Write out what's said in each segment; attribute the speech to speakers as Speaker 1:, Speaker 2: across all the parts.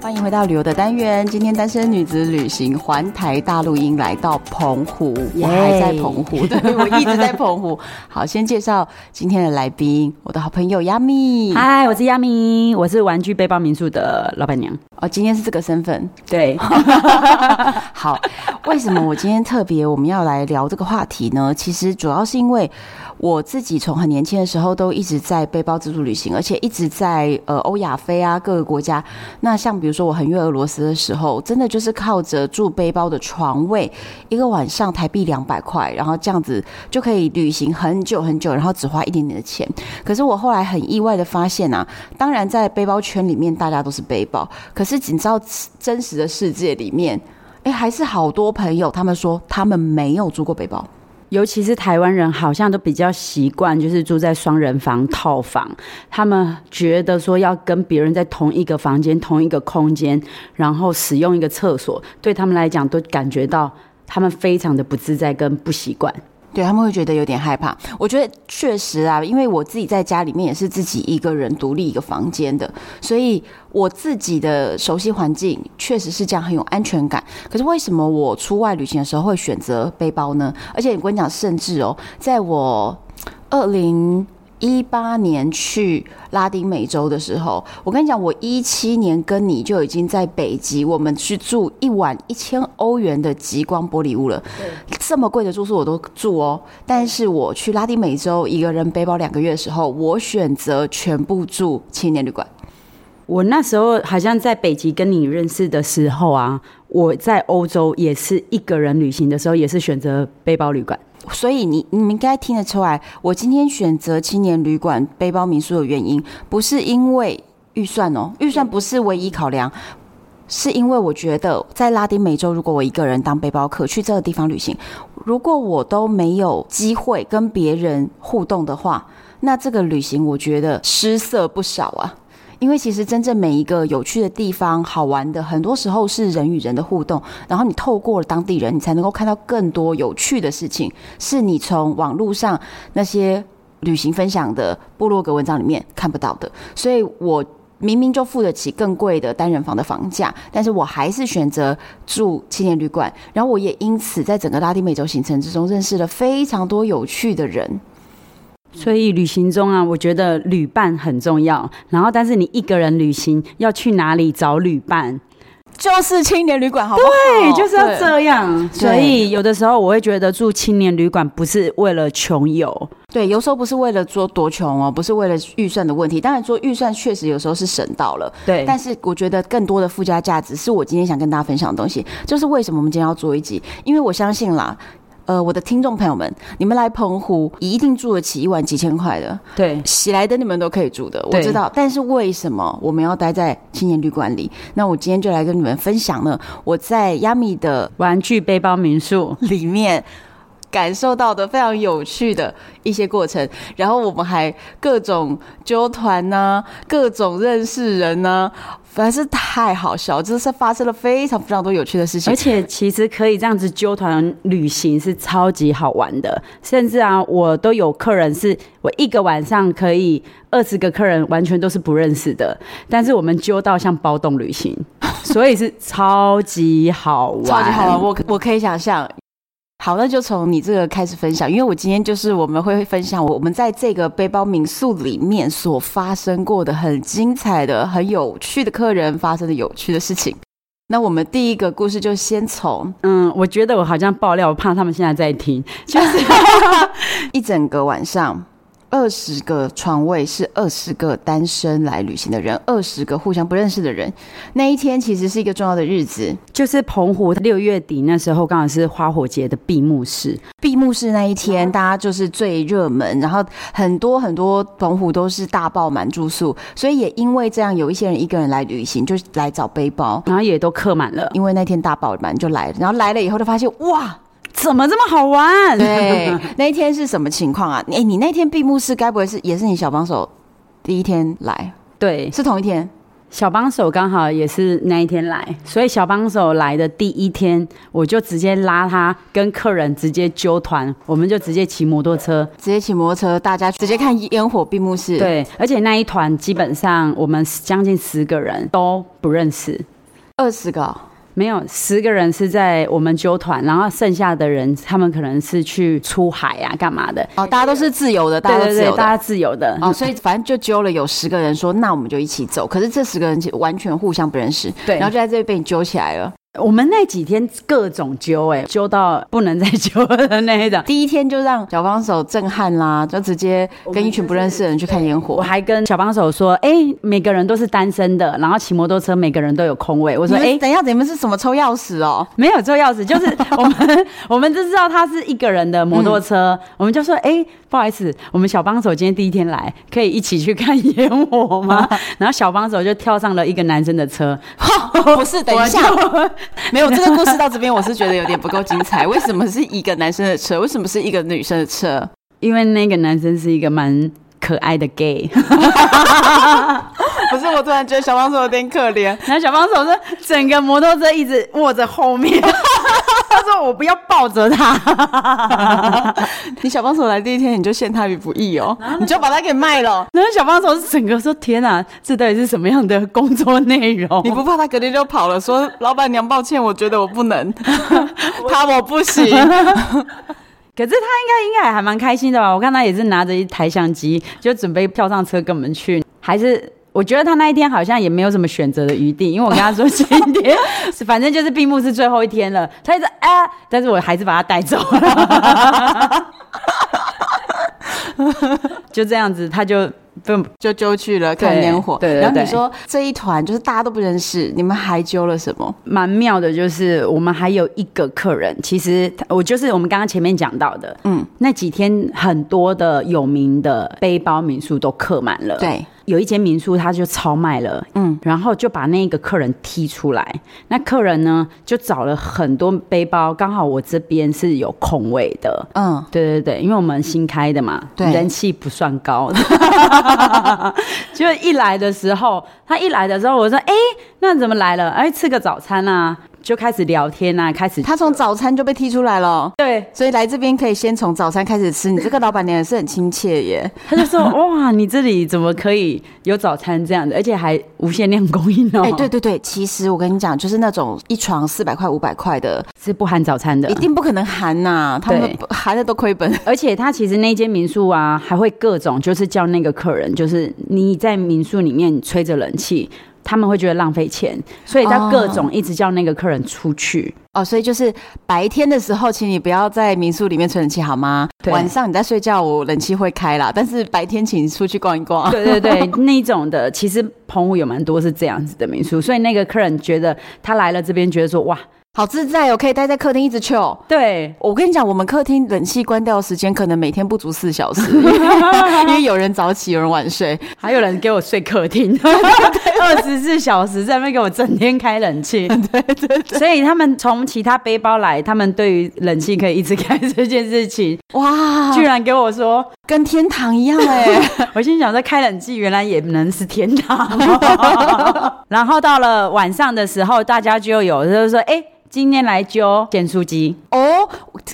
Speaker 1: 欢迎回到旅游的单元。今天单身女子旅行环台大陆音，来到澎湖，我还在澎湖，对我一直在澎湖。 好，先介绍今天的来宾，我的好朋友 Yami。
Speaker 2: 嗨，我是亚米，我是玩具背包民宿的老板娘。
Speaker 1: 哦，今天是这个身份。
Speaker 2: 对，
Speaker 1: 好，为什么我今天特别我们要来聊这个话题呢？其实主要是因为我自己从很年轻的时候都一直在背包自助旅行，而且一直在呃欧亚非啊各个国家。那像比如说我横越俄罗斯的时候，真的就是靠着住背包的床位，一个晚上台币两百块，然后这样子就可以旅行很久很久，然后只花一点点的钱。可是我后来很意外的发现啊，当然在背包圈里面大家都是背包，可是你知道真实的世界里面。哎，还是好多朋友，他们说他们没有住过背包，
Speaker 2: 尤其是台湾人，好像都比较习惯就是住在双人房、套房，他们觉得说要跟别人在同一个房间、同一个空间，然后使用一个厕所，对他们来讲都感觉到他们非常的不自在跟不习惯。
Speaker 1: 对他们会觉得有点害怕。我觉得确实啊，因为我自己在家里面也是自己一个人独立一个房间的，所以我自己的熟悉环境确实是这样很有安全感。可是为什么我出外旅行的时候会选择背包呢？而且我跟你讲，甚至哦，在我二零。一八年去拉丁美洲的时候，我跟你讲，我一七年跟你就已经在北极，我们去住一晚一千欧元的极光玻璃屋了。这么贵的住宿我都住哦，但是我去拉丁美洲一个人背包两个月的时候，我选择全部住青年旅馆。
Speaker 2: 我那时候好像在北极跟你认识的时候啊，我在欧洲也是一个人旅行的时候，也是选择背包旅馆。
Speaker 1: 所以你你们应该听得出来，我今天选择青年旅馆背包民宿的原因，不是因为预算哦，预算不是唯一考量，是因为我觉得在拉丁美洲，如果我一个人当背包客去这个地方旅行，如果我都没有机会跟别人互动的话，那这个旅行我觉得失色不少啊。因为其实真正每一个有趣的地方、好玩的，很多时候是人与人的互动，然后你透过了当地人，你才能够看到更多有趣的事情，是你从网络上那些旅行分享的部落格文章里面看不到的。所以我明明就付得起更贵的单人房的房价，但是我还是选择住青年旅馆，然后我也因此在整个拉丁美洲行程之中认识了非常多有趣的人。
Speaker 2: 所以旅行中啊，我觉得旅伴很重要。然后，但是你一个人旅行要去哪里找旅伴？
Speaker 1: 就是青年旅馆，好不好？
Speaker 2: 对，就是要这样。
Speaker 1: 对
Speaker 2: 所以有的时候我会觉得住青年旅馆不是为了穷游，
Speaker 1: 对，有时候不是为了说多穷哦，不是为了预算的问题。当然说预算确实有时候是省到了，
Speaker 2: 对
Speaker 1: 但是我觉得更多的附加价值是我今天想跟大家分享的东西，就是为什么我们今天要做一集，因为我相信啦。呃，我的听众朋友们，你们来澎湖一定住得起一晚几千块的，
Speaker 2: 对
Speaker 1: 喜来登你们都可以住的，我
Speaker 2: 对
Speaker 1: 知道。但是为什么我们要待在青年旅馆里？那我今天就来跟你们分享呢，我在 Yami 的
Speaker 2: 玩具背包民宿。
Speaker 1: 里面感受到的非常有趣的一些过程，然后我们还各种纠团呐、各种认识人呐、反正是太好笑，真的是发生了非常非常多有趣的事情
Speaker 2: 而。且其实可以这样子揪团旅行是超级好玩的，甚至啊，我都有客人是我一个晚上可以二十个客人完全都是不认识的，但是我们揪到像包栋 旅行，所以是超级好玩，
Speaker 1: 超级好玩，我我可以想象。好，那就从你这个开始分享，因为我今天就是我们会分享我们在这个背包民宿里面所发生过的很精彩的、很有趣的客人发生的有趣的事情。那我们第一个故事就先从
Speaker 2: 嗯，我觉得我好像爆料，我怕他们现在在听，就是
Speaker 1: 一整个晚上，二十个床位是二十个单身来旅行的人，二十个互相不认识的人。那一天其实是一个重要的日子，
Speaker 2: 就是澎湖六月底那时候刚好是花火节的闭幕式，
Speaker 1: 闭幕式那一天，大家就是最热门，然后很多很多澎湖都是大爆满住宿，所以也因为这样，有一些人一个人来旅行，就来找背包，
Speaker 2: 然后也都客满了。
Speaker 1: 因为那天大爆满就来了，然后来了以后就发现哇。
Speaker 2: 怎么这么好玩？
Speaker 1: 对， 那一天是什么情况啊？哎、你那天闭幕式该不会是也是你小帮手第一天来，
Speaker 2: 对，
Speaker 1: 是同一天？
Speaker 2: 小帮手刚好也是那一天来，所以小帮手来的第一天，我就直接拉他跟客人直接揪团，我们就直接骑摩托车。
Speaker 1: 直接骑摩托车，大家直接看烟火闭幕式。，
Speaker 2: 对，而且那一团基本上我们将近十个人都不认识，
Speaker 1: 二十个哦、
Speaker 2: 没有十个人是在我们揪团，然后剩下的人他们可能是去出海啊干嘛的。
Speaker 1: 哦，大家都是自由的，大家
Speaker 2: 对
Speaker 1: 都
Speaker 2: 对
Speaker 1: 自由
Speaker 2: 对，
Speaker 1: 的。
Speaker 2: 大家自由的。
Speaker 1: 哦，所以反正就揪了有十个人说，那我们就一起走。可是这十个人其实完全互相不认识，
Speaker 2: 对
Speaker 1: 然后就在这里被你揪起来了。
Speaker 2: 我们那几天各种揪、哎，揪到不能再揪的那一种。
Speaker 1: 第一天就让小帮手震撼啦，就直接跟一群不认识的人去看烟
Speaker 2: 我
Speaker 1: 火。
Speaker 2: 还跟小帮手说，哎、每个人都是单身的，然后骑摩托车，每个人都有空位。我
Speaker 1: 我
Speaker 2: 说，哎、
Speaker 1: 等一下，你们是什么抽钥匙哦？
Speaker 2: 没有做钥匙，就是我们我们就知道他是一个人的摩托车，
Speaker 1: 嗯
Speaker 2: 我们就说，哎、不好意思，我们小帮手今天第一天来，可以一起去看烟火吗？ 然后小帮手就跳上了一个男生的车，
Speaker 1: 不是，等一 下，
Speaker 2: 我就
Speaker 1: 没有这个故事到这边，我是觉得有点不够精彩。为什么是一个男生的车？为什么是一个女生的车？
Speaker 2: 因为那个男生是一个蛮可爱的 gay，
Speaker 1: 不是，我突然觉得小帮手有点可怜。
Speaker 2: 然后小帮手说，整个摩托车一直握着后 面，他说我不要抱着他。
Speaker 1: 你小帮手来第一天你就陷他于不义哦，
Speaker 2: 啊
Speaker 1: 你就把他给卖 了。
Speaker 2: 然后小帮手是整个说：“天哪、这到底是什么样的工作内容？”
Speaker 1: 你不怕他隔天就跑了？说老板娘，抱歉，我觉得我不 能， 他我不行。
Speaker 2: 可是他应该应该还蛮开心的吧？我看他也是拿着一台相机，就准备跳上车跟我们去。还是我觉得他那一天好像也没有什么选择的余地，因为我跟他说今 天是反正就是闭幕是最后一天了，他一直啊，但是我还是把他带走 了。就这样子，他就被
Speaker 1: 就揪去了看烟火，
Speaker 2: 对对对
Speaker 1: 然后你说这一团就是大家都不认识，你们还揪了什么？
Speaker 2: 蛮妙的，就是我们还有一个客人，其实他我就是我们刚刚前面讲到的，嗯，那几天很多的有名的背包民宿都客满了，，
Speaker 1: 对，
Speaker 2: 有一间民宿它就超卖了，嗯，然后就把那个客人踢出来，那客人呢就找了很多背包，刚好我这边是有空位的。
Speaker 1: 嗯，
Speaker 2: 对对对，因为我们新开的嘛，
Speaker 1: 对
Speaker 2: 人气不算高， 就一来的时候，他一来的时候，我说：“哎、那你怎么来了？哎，吃个早餐啊。”就开始聊天啊，开始
Speaker 1: 他从早餐就被踢出来了。
Speaker 2: 对，
Speaker 1: 所以来这边可以先从早餐开始吃，你这个老板娘也是很亲切耶。
Speaker 2: 他就说：“ 哇，你这里怎么可以有早餐这样的，而且还无限量供应哦？”
Speaker 1: 哎、对，对对，其实我跟你讲，就是那种一床四百块、五百块的，
Speaker 2: 是不含早餐的
Speaker 1: 一。定不可能含呐、他们含的都亏本。
Speaker 2: 而且他其实那间民宿啊，还会各种就是叫那个客人，就是你在民宿里面吹着冷气，他们会觉得浪费钱，所以他各种一直叫那个客人出去。
Speaker 1: 哦，所以就是白天的时候，请你不要在民宿里面吹冷气好吗？
Speaker 2: 对
Speaker 1: 晚上你在睡觉，我冷气会开啦。但是白天请出去逛一 逛。
Speaker 2: 对对对，那一种的，其实澎湖有蛮多是这样子的民宿，所以那个客人觉得他来了这边，觉得说哇，
Speaker 1: 好自在哦，可以待在客厅一直 chill。
Speaker 2: 对
Speaker 1: 我跟你讲，我们客厅冷气关掉的时间可能每天不足四小 时，因为有人早起，有人晚睡。
Speaker 2: 还有人给我睡客 厅，二十四小时在那边给我整天开冷气。对对对，所以他们从其他背包来，他们对于冷气可以一直开这件事 情，
Speaker 1: 哇，
Speaker 2: 居然给我说，
Speaker 1: 跟天堂一样哎、
Speaker 2: 我心想说开冷气原来也能是天 堂。然后到了晚上的时候，大家就有就是说，哎、今天来揪咸酥鸡，
Speaker 1: 哦，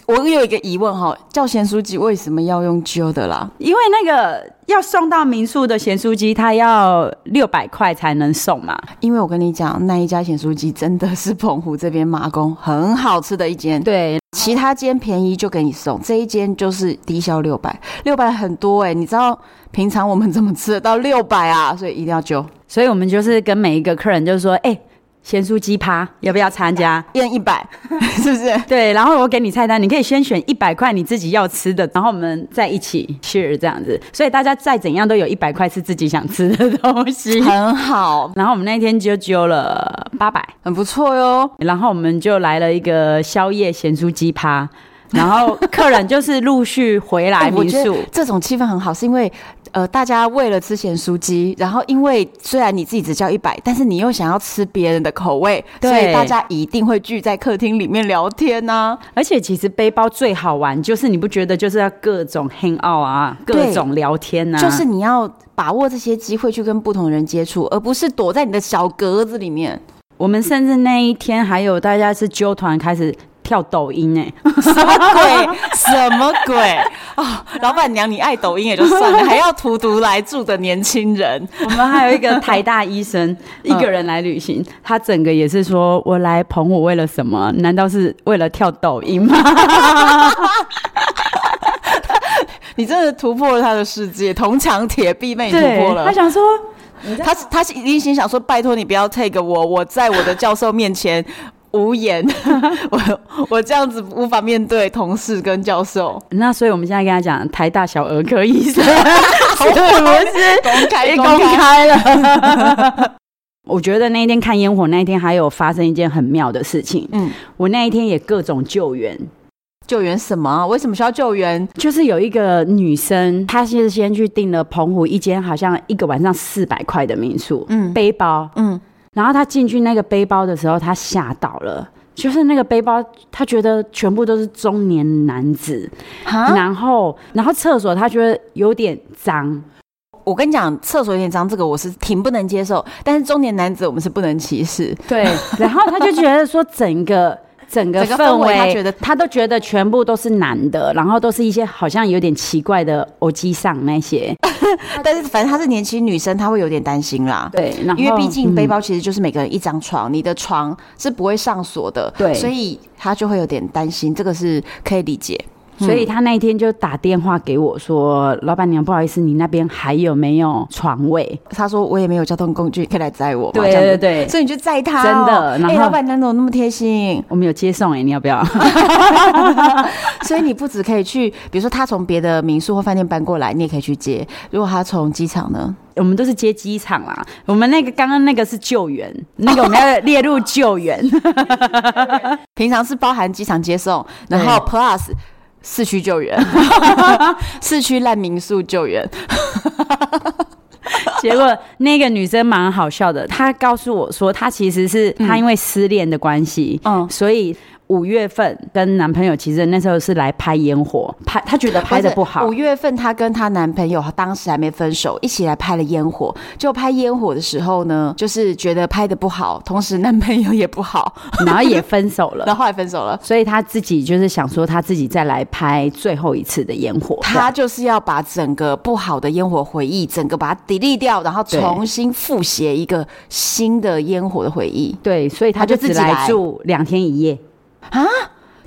Speaker 1: 我有一个疑问哈、叫咸酥鸡为什么要用揪的啦？
Speaker 2: 因为那个要送到民宿的咸酥鸡，它要六百块才能送嘛。
Speaker 1: 因为我跟你讲，那一家咸酥鸡真的是澎湖这边马公很好吃的一间，
Speaker 2: 对，
Speaker 1: 其他间便宜就给你送，这一间就是低消六百，六百很多哎、你知道平常我们怎么吃得到六百啊？所以一定要揪，
Speaker 2: 所以我们就是跟每一个客人就说，哎、咸酥鸡趴要不要参加？
Speaker 1: 一人一百， 是不是？。
Speaker 2: 对，然后我给你菜单，你可以先选一百块你自己要吃的，然后我们在一起 share 这样子。所以大家再怎样都有一百块是自己想吃的东西
Speaker 1: 很好，
Speaker 2: 然后我们那天就揪了八百，
Speaker 1: 很不错哟。
Speaker 2: 然后我们就来了一个宵夜咸酥鸡趴。然后客人就是陆续回来
Speaker 1: 哎我
Speaker 2: 民
Speaker 1: 觉得
Speaker 2: 宿。
Speaker 1: 这种气氛很好，是因为呃，大家为了吃咸酥鸡，然后因为虽然你自己只叫一百，但是你又想要吃别人的口味，所以
Speaker 2: 对
Speaker 1: 大家一定会聚在客厅里面聊天啊呐、
Speaker 2: 而且其实背包最好玩，就是你不觉得就是要各种 hang out 啊，各
Speaker 1: 对
Speaker 2: 种聊天啊，
Speaker 1: 就是你要把握这些机会去跟不同人接触，而不是躲在你的小格子里面。
Speaker 2: 我们甚至那一天还有大家是揪团开始跳抖 音哎、
Speaker 1: 什么鬼？什么鬼啊、老板娘，你爱抖音也就算了，还要荼毒来住的年轻人。
Speaker 2: 我们还有一个台大医
Speaker 1: 嗯
Speaker 2: 生，一个人来旅行，他整个也是说我来捧我为了什么？难道是为了跳抖音吗？
Speaker 1: 你真的突破了他的世界，铜墙铁壁被你突破了
Speaker 2: 他。想说
Speaker 1: 他他一定心想说：“拜托你不要 take 我，我在我的教授面前无 言，我我这样子无法面对同事跟教 授。
Speaker 2: 那，所以我们现在跟他讲台大小儿科医 生
Speaker 1: 好
Speaker 2: 是不是
Speaker 1: 公开
Speaker 2: 被
Speaker 1: 公
Speaker 2: 公
Speaker 1: 开，
Speaker 2: 开了？我觉得那一天看烟火，那一天还有发生一件很妙的事情。
Speaker 1: 嗯，
Speaker 2: 我那一天也各种救援，
Speaker 1: 救援什么？啊为什么需要救援？
Speaker 2: 就是有一个女生，她是先去订了澎湖一间好像一个晚上四百块的民宿，
Speaker 1: 嗯
Speaker 2: 背包，
Speaker 1: 嗯，
Speaker 2: 然后她进去那个背包的时候，她吓到了。就是那个背包，她觉得全部都是中年男子，
Speaker 1: 哈，
Speaker 2: 然后然后厕所她觉得有点脏，
Speaker 1: 我跟你讲，厕所有点脏，这个我是挺不能接受。但是中年男子我们是不能歧视，
Speaker 2: 对，然后她就觉得说整个。整个
Speaker 1: 整个氛
Speaker 2: 氛
Speaker 1: 围
Speaker 2: 围，
Speaker 1: 她觉得
Speaker 2: 她都觉得全部都是男的，然后都是一些好像有点奇怪的偶机上 那些，啊
Speaker 1: 但是反正她是年轻女生，她会有点担心啦。
Speaker 2: 对，然后
Speaker 1: 因为毕竟背
Speaker 2: 嗯
Speaker 1: 包其实就是每个人一张床，你的床是不会上锁的，
Speaker 2: 对
Speaker 1: 所以她就会有点担心，这个是可以理解。
Speaker 2: 所以他那一天就打电话给我说：“老板娘，不好意思，你那边还有没有床位
Speaker 1: 他说我也没有交通工具，可以来载我吗？？”
Speaker 2: 对
Speaker 1: 这样
Speaker 2: 对
Speaker 1: 子
Speaker 2: 对，
Speaker 1: 所以你就载他、
Speaker 2: 真的然
Speaker 1: 哎、
Speaker 2: 后
Speaker 1: 老板娘怎么那么贴心？
Speaker 2: 我们有接送哎、你要不要？
Speaker 1: 所以你不只可以去，比如说他从别的民宿或饭店搬过来，你也可以去接。如果他从机场呢？
Speaker 2: 我们都是接机场啦。我们那个刚刚那个是救援，那个我们要列入 救援。
Speaker 1: 平常是包含机场接送，然后 plus 市区救 援，市区烂民宿救援。
Speaker 2: 结果那个女生蛮好笑的，她告诉我说，她其实是她因为失恋的关系，
Speaker 1: 嗯
Speaker 2: 所以。五月份跟男朋友其实那时候是来拍烟火，拍她觉得拍的不好
Speaker 1: 五，月份，她跟她男朋友当时还没分手，一起来拍了烟火。就拍烟火的时候呢，就是觉得拍的不好，同时男朋友也不 好，
Speaker 2: 然后也分手了
Speaker 1: 然。后后来分手了。
Speaker 2: 所以他自己就是想说，他自己再来拍最后一次的烟火。
Speaker 1: 她就是要把整个不好的烟火回忆，整个把它 delete 掉，然后
Speaker 2: 对
Speaker 1: 重新复写一个新的烟火的回忆
Speaker 2: 对，所以他
Speaker 1: 就
Speaker 2: 就
Speaker 1: 自
Speaker 2: 只
Speaker 1: 己来
Speaker 2: 来住两天一夜。
Speaker 1: 啊！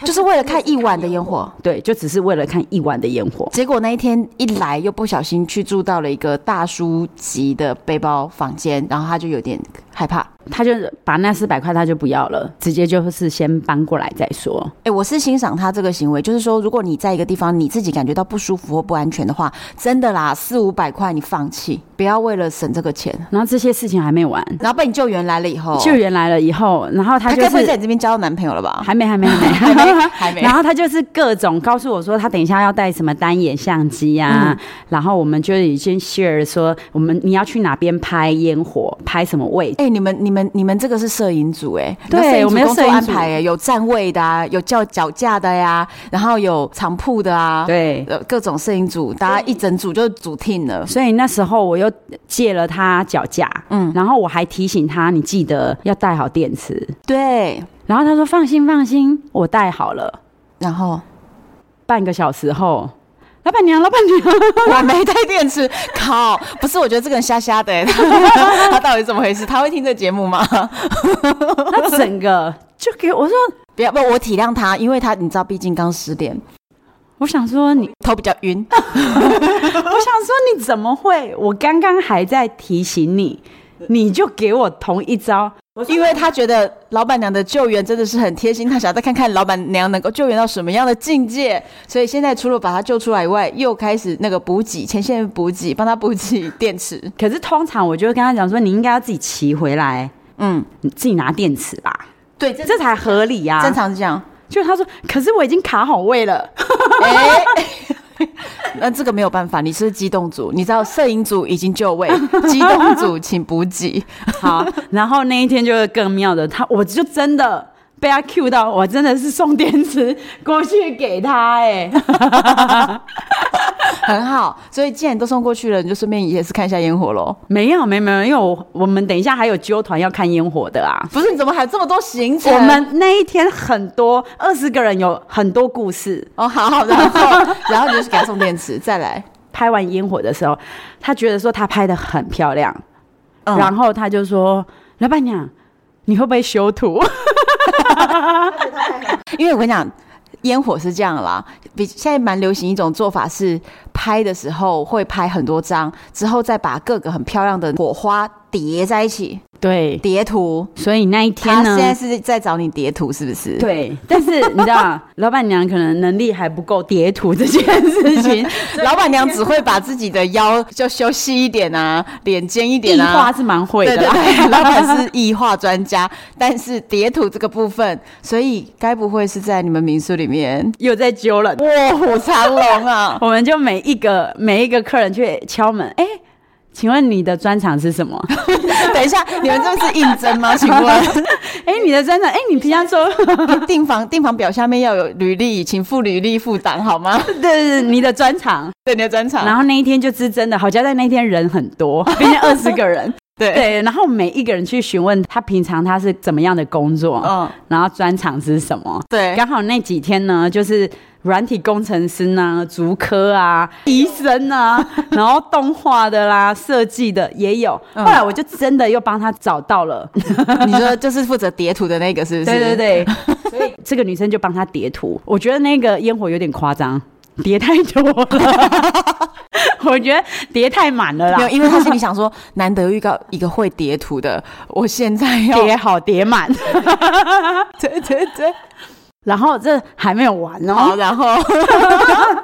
Speaker 1: 就是为了看一晚的烟火。
Speaker 2: 对，就只是为了看一晚的烟火。
Speaker 1: 结果那一天一来，又不小心去住到了一个大叔级的背包房间，然后她就有点害怕。
Speaker 2: 他就把那四百块他就不要了，直接就是先搬过来再说。
Speaker 1: 哎、我是欣赏他这个行为，就是说，如果你在一个地方你自己感觉到不舒服或不安全的话，真的啦，四五百块你放弃，不要为了省这个钱，
Speaker 2: 然后这些事情还没完，
Speaker 1: 然后被你救援来了以后，
Speaker 2: 救援来了以后，然后
Speaker 1: 哦
Speaker 2: 他
Speaker 1: 他
Speaker 2: 就
Speaker 1: 该不会在
Speaker 2: 是
Speaker 1: 你这边交到男朋友了吧？
Speaker 2: 还没还没还没还没。
Speaker 1: 还没
Speaker 2: 然后他就是各种告诉我说，他等一下要带什么单眼相机啊，
Speaker 1: 嗯
Speaker 2: 然后我们就已经 share 说，我们你要去哪边拍烟火，拍什么位置。
Speaker 1: 哎、你们、你们、你们这个是摄影组哎、
Speaker 2: 对
Speaker 1: 你
Speaker 2: 我们有
Speaker 1: 摄影组工作
Speaker 2: 摄影
Speaker 1: 安
Speaker 2: 组
Speaker 1: 排哎、有站位的啊，有叫脚架的呀、然后有场铺的啊，，
Speaker 2: 对，
Speaker 1: 呃，各种摄影组，大家一整组就组 team 了，
Speaker 2: 所以那时候我又借了他脚架，嗯，然后我还提醒他，你记得要带好电池。
Speaker 1: 对，
Speaker 2: 然后他说放心放心，我带好了。
Speaker 1: 然 后
Speaker 2: 半个小时后，老板娘，老板娘，
Speaker 1: 我没带电池，靠！不是，我觉得这个人瞎瞎的、欸， 他他到底怎么回事？他会听这节目吗？
Speaker 2: 他整个 就给我说，
Speaker 1: 不要，不，我体谅他，因为他你知道，毕竟刚失恋，
Speaker 2: 我想说你，
Speaker 1: 头比较晕。
Speaker 2: 我想说你怎么会？我刚刚还在提醒你，你就给我同一招。
Speaker 1: 因为他觉得老板娘的救援真的是很贴心，他想再看看老板娘能够救援到什么样的境界，所以现在除了把他救出来以外，又开始那个补给前线补给，帮他补给电池。
Speaker 2: 可是通常我就会跟他讲说，你应该要自己骑回来，
Speaker 1: 嗯，
Speaker 2: 你自己拿电池吧，
Speaker 1: 对，这
Speaker 2: 这才合理呀、啊
Speaker 1: 正常是这样。
Speaker 2: 就他说，可是我已经卡好位了。
Speaker 1: 哎， 那这个没有办法，你是机动组，你知道摄影组已经 就位，机动组请补给。
Speaker 2: 好， 然后那一天就是更妙的，他我就真的被他 Q 到，我真的是送电池过去给他、哎，
Speaker 1: 很好，所以既然都送过去了，你就顺便也是看一下烟火喽。
Speaker 2: 没有，没有，没有，因为我我们等一下还有纠团要看烟火的啊。
Speaker 1: 不是，你怎么还有这么多行程？
Speaker 2: 我们那一天很多二十个人，有很多故事。
Speaker 1: 哦，好好，然 后然后你就是给他送电池，再来。
Speaker 2: 拍完烟火的时候，他觉得说他拍的很漂亮，
Speaker 1: 嗯
Speaker 2: 然后他就说：“老板娘，你会不会修图？”
Speaker 1: 因为我跟你讲，烟火是这样啦，比现在蛮流行一种做法是，拍的时候会拍很多张，之后再把各个很漂亮的火花叠在一起，
Speaker 2: 对，
Speaker 1: 叠图。
Speaker 2: 所以那一
Speaker 1: 他
Speaker 2: 天
Speaker 1: 现在
Speaker 2: 呢，
Speaker 1: 是在找你叠图，是不是？，
Speaker 2: 对，但是你知道，老板娘可能能力还不够叠图这件事情，
Speaker 1: 老板娘只会把自己的腰就修细一点啊，脸尖一 点
Speaker 2: 异
Speaker 1: 啊
Speaker 2: 化。是蛮会
Speaker 1: 对
Speaker 2: 的
Speaker 1: 对
Speaker 2: 啦。
Speaker 1: 对， 老板是异化专家，但是叠图这个部分，所以该不会是在你们民宿里面
Speaker 2: 又在 揪了，
Speaker 1: 卧虎藏龙啊？
Speaker 2: 我们就每一个每一个客人去敲门，哎、请问你的专长是 什么？
Speaker 1: 等一下，你们这是应征 吗？请问
Speaker 2: 哎、你的专长，哎、你平 常说，
Speaker 1: 订房订房表下面要有履历，请附履历附档好吗？
Speaker 2: 对对对，你的 专长。
Speaker 1: 对你的专
Speaker 2: 然
Speaker 1: 场，
Speaker 2: 后那一天就是真的，好家在那一天人很 多，毕竟二十个人。
Speaker 1: 对
Speaker 2: 对，然后每一个人去询问他平常他是怎么样的工作，
Speaker 1: 嗯，
Speaker 2: 然后专长是什么。
Speaker 1: 对，
Speaker 2: 刚好那几天呢，就是软体工程师呢、足科啊、医 生啊，然后动画的啦、设计的也有。
Speaker 1: 嗯
Speaker 2: 后来我就真的又帮他找到了，
Speaker 1: 你说就是负责叠图的那个是不是？
Speaker 2: 对对 对，所以这个女生就帮他叠图。我觉得那个烟火有点夸张，叠太多了， 我觉得叠太满了
Speaker 1: 没有，
Speaker 2: 啦。
Speaker 1: 因为他心里想说，难得遇到一个会叠图 的，我现在要
Speaker 2: 叠好叠满，
Speaker 1: 对对对，
Speaker 2: 然后这还没有完哦。
Speaker 1: 好，然后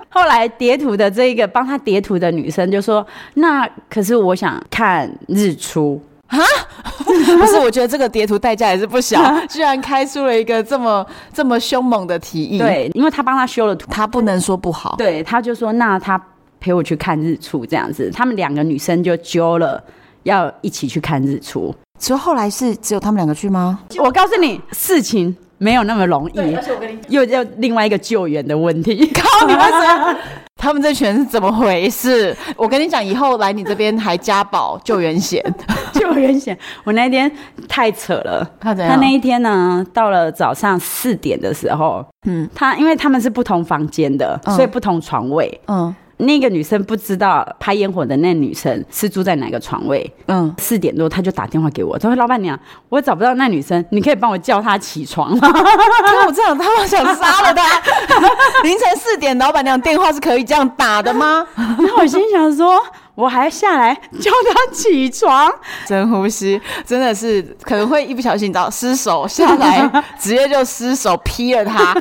Speaker 2: 后来叠图的这一个帮他叠图的女生就说：“那可是我想看日出。
Speaker 1: 不是，我觉得这个叠图代价也是不 小，居然开出了一个这么这么凶猛的提”议，，
Speaker 2: 对，因为他帮他修了图，
Speaker 1: 他不能说不好，
Speaker 2: 对，他就说：“那他陪我去看日出这样子。”他们两个女生就揪了。要一起去看日出。
Speaker 1: 所以后来是只有他们两个去 吗？
Speaker 2: 我告诉你，事情没有那么容易。又要另外一个救援的问题。
Speaker 1: 靠你们谁？ 他们这群人是怎么回事？我跟你讲，以后来你这边还加保救援 险，
Speaker 2: 救援险，我那天太扯了。
Speaker 1: 他怎
Speaker 2: 他那一天呢，到了早上四点的时候，嗯，他因为他们是不同房间的，
Speaker 1: 嗯
Speaker 2: 所以不同床位。
Speaker 1: 嗯
Speaker 2: 那个女生不知道拍烟火的那女生是住在哪个床位。
Speaker 1: 嗯，
Speaker 2: 四点多，他就打电话给我，他说：“老板娘，我找不到那女生，你可以帮我叫她起床吗
Speaker 1: 那我这样，他们想杀了他。 凌晨四点，老板娘电话是可以这样打的吗？？”
Speaker 2: 然后我心想说：“我还下来叫她起床，
Speaker 1: 深呼吸，真的是可能会一不小心，你知道失手下来，直接就失 手劈了他。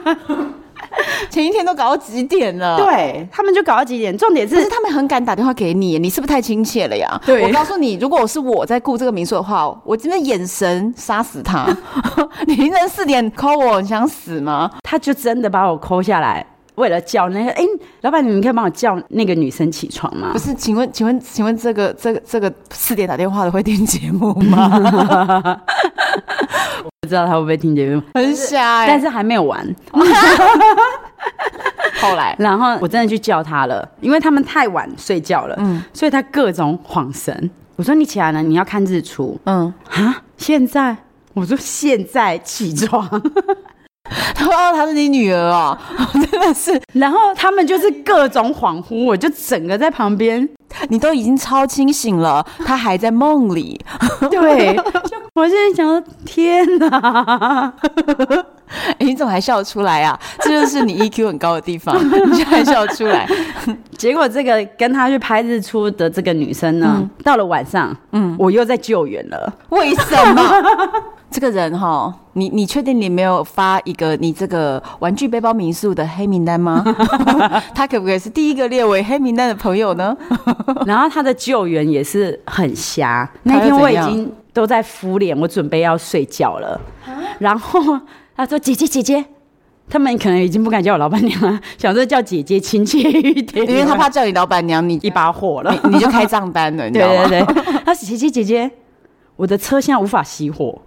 Speaker 1: 前一天都搞到几点了？。
Speaker 2: 对啊他们就搞到几点？重点
Speaker 1: 可是
Speaker 2: 是
Speaker 1: 他们很敢打电话给你，你是不是太亲切了呀？
Speaker 2: 对
Speaker 1: 我告诉你，如果我是我在顾这个民宿的话，我真的眼神杀死 他。你凌晨四点 call 我，你想死吗？
Speaker 2: 他就真的把我抠下来，为了叫那个，哎、老板，你可以帮我叫那个女生起床吗
Speaker 1: 不？是，请问，请问，请问这个这个这个四点打电话的会听节目吗？
Speaker 2: 不知道他会不会听节目，
Speaker 1: 很瞎哎、
Speaker 2: 但是还没有完。
Speaker 1: 后来
Speaker 2: 然后我真的去叫他了，因为他们太晚睡觉了，嗯，所以他各种晃神。我说你起来了，你要看日出
Speaker 1: 嗯，
Speaker 2: 啊？现在？我说现在起床，
Speaker 1: 他说哦她是你女儿哦， 真的是，
Speaker 2: 然后他们就是各种恍惚，我就整个在旁 边，
Speaker 1: 你都已经超清醒了，她还在梦里。
Speaker 2: 对，就我现在想说，天哪！
Speaker 1: 哎你怎么还笑得出来啊？这就是你 EQ 很高的地方，你居然笑得出来。
Speaker 2: 结果这个跟他去拍日出的这个女生呢，到了晚上，嗯，我又在救援了。
Speaker 1: 为什么？这个人哈，你你确定你没有发一个你这个玩具背包民宿的黑名单吗？ 他可不可以是第一个列为黑名单的朋友呢？
Speaker 2: 然后他的救援也是很瞎。
Speaker 1: 他又
Speaker 2: 那天我
Speaker 1: 怎
Speaker 2: 已
Speaker 1: 样
Speaker 2: 经都
Speaker 1: 啊
Speaker 2: 在敷脸，我准备要睡觉了。然后他说：“姐姐，姐姐，他们可能已经不敢叫我老板娘了， 想说叫姐姐亲切一点，啊
Speaker 1: 因为他怕叫你老板娘，你
Speaker 2: 一把火了。
Speaker 1: 你你就开账单了，你知
Speaker 2: 对
Speaker 1: 道吗？
Speaker 2: 对对，他说姐姐姐姐，我的车现在无法熄火。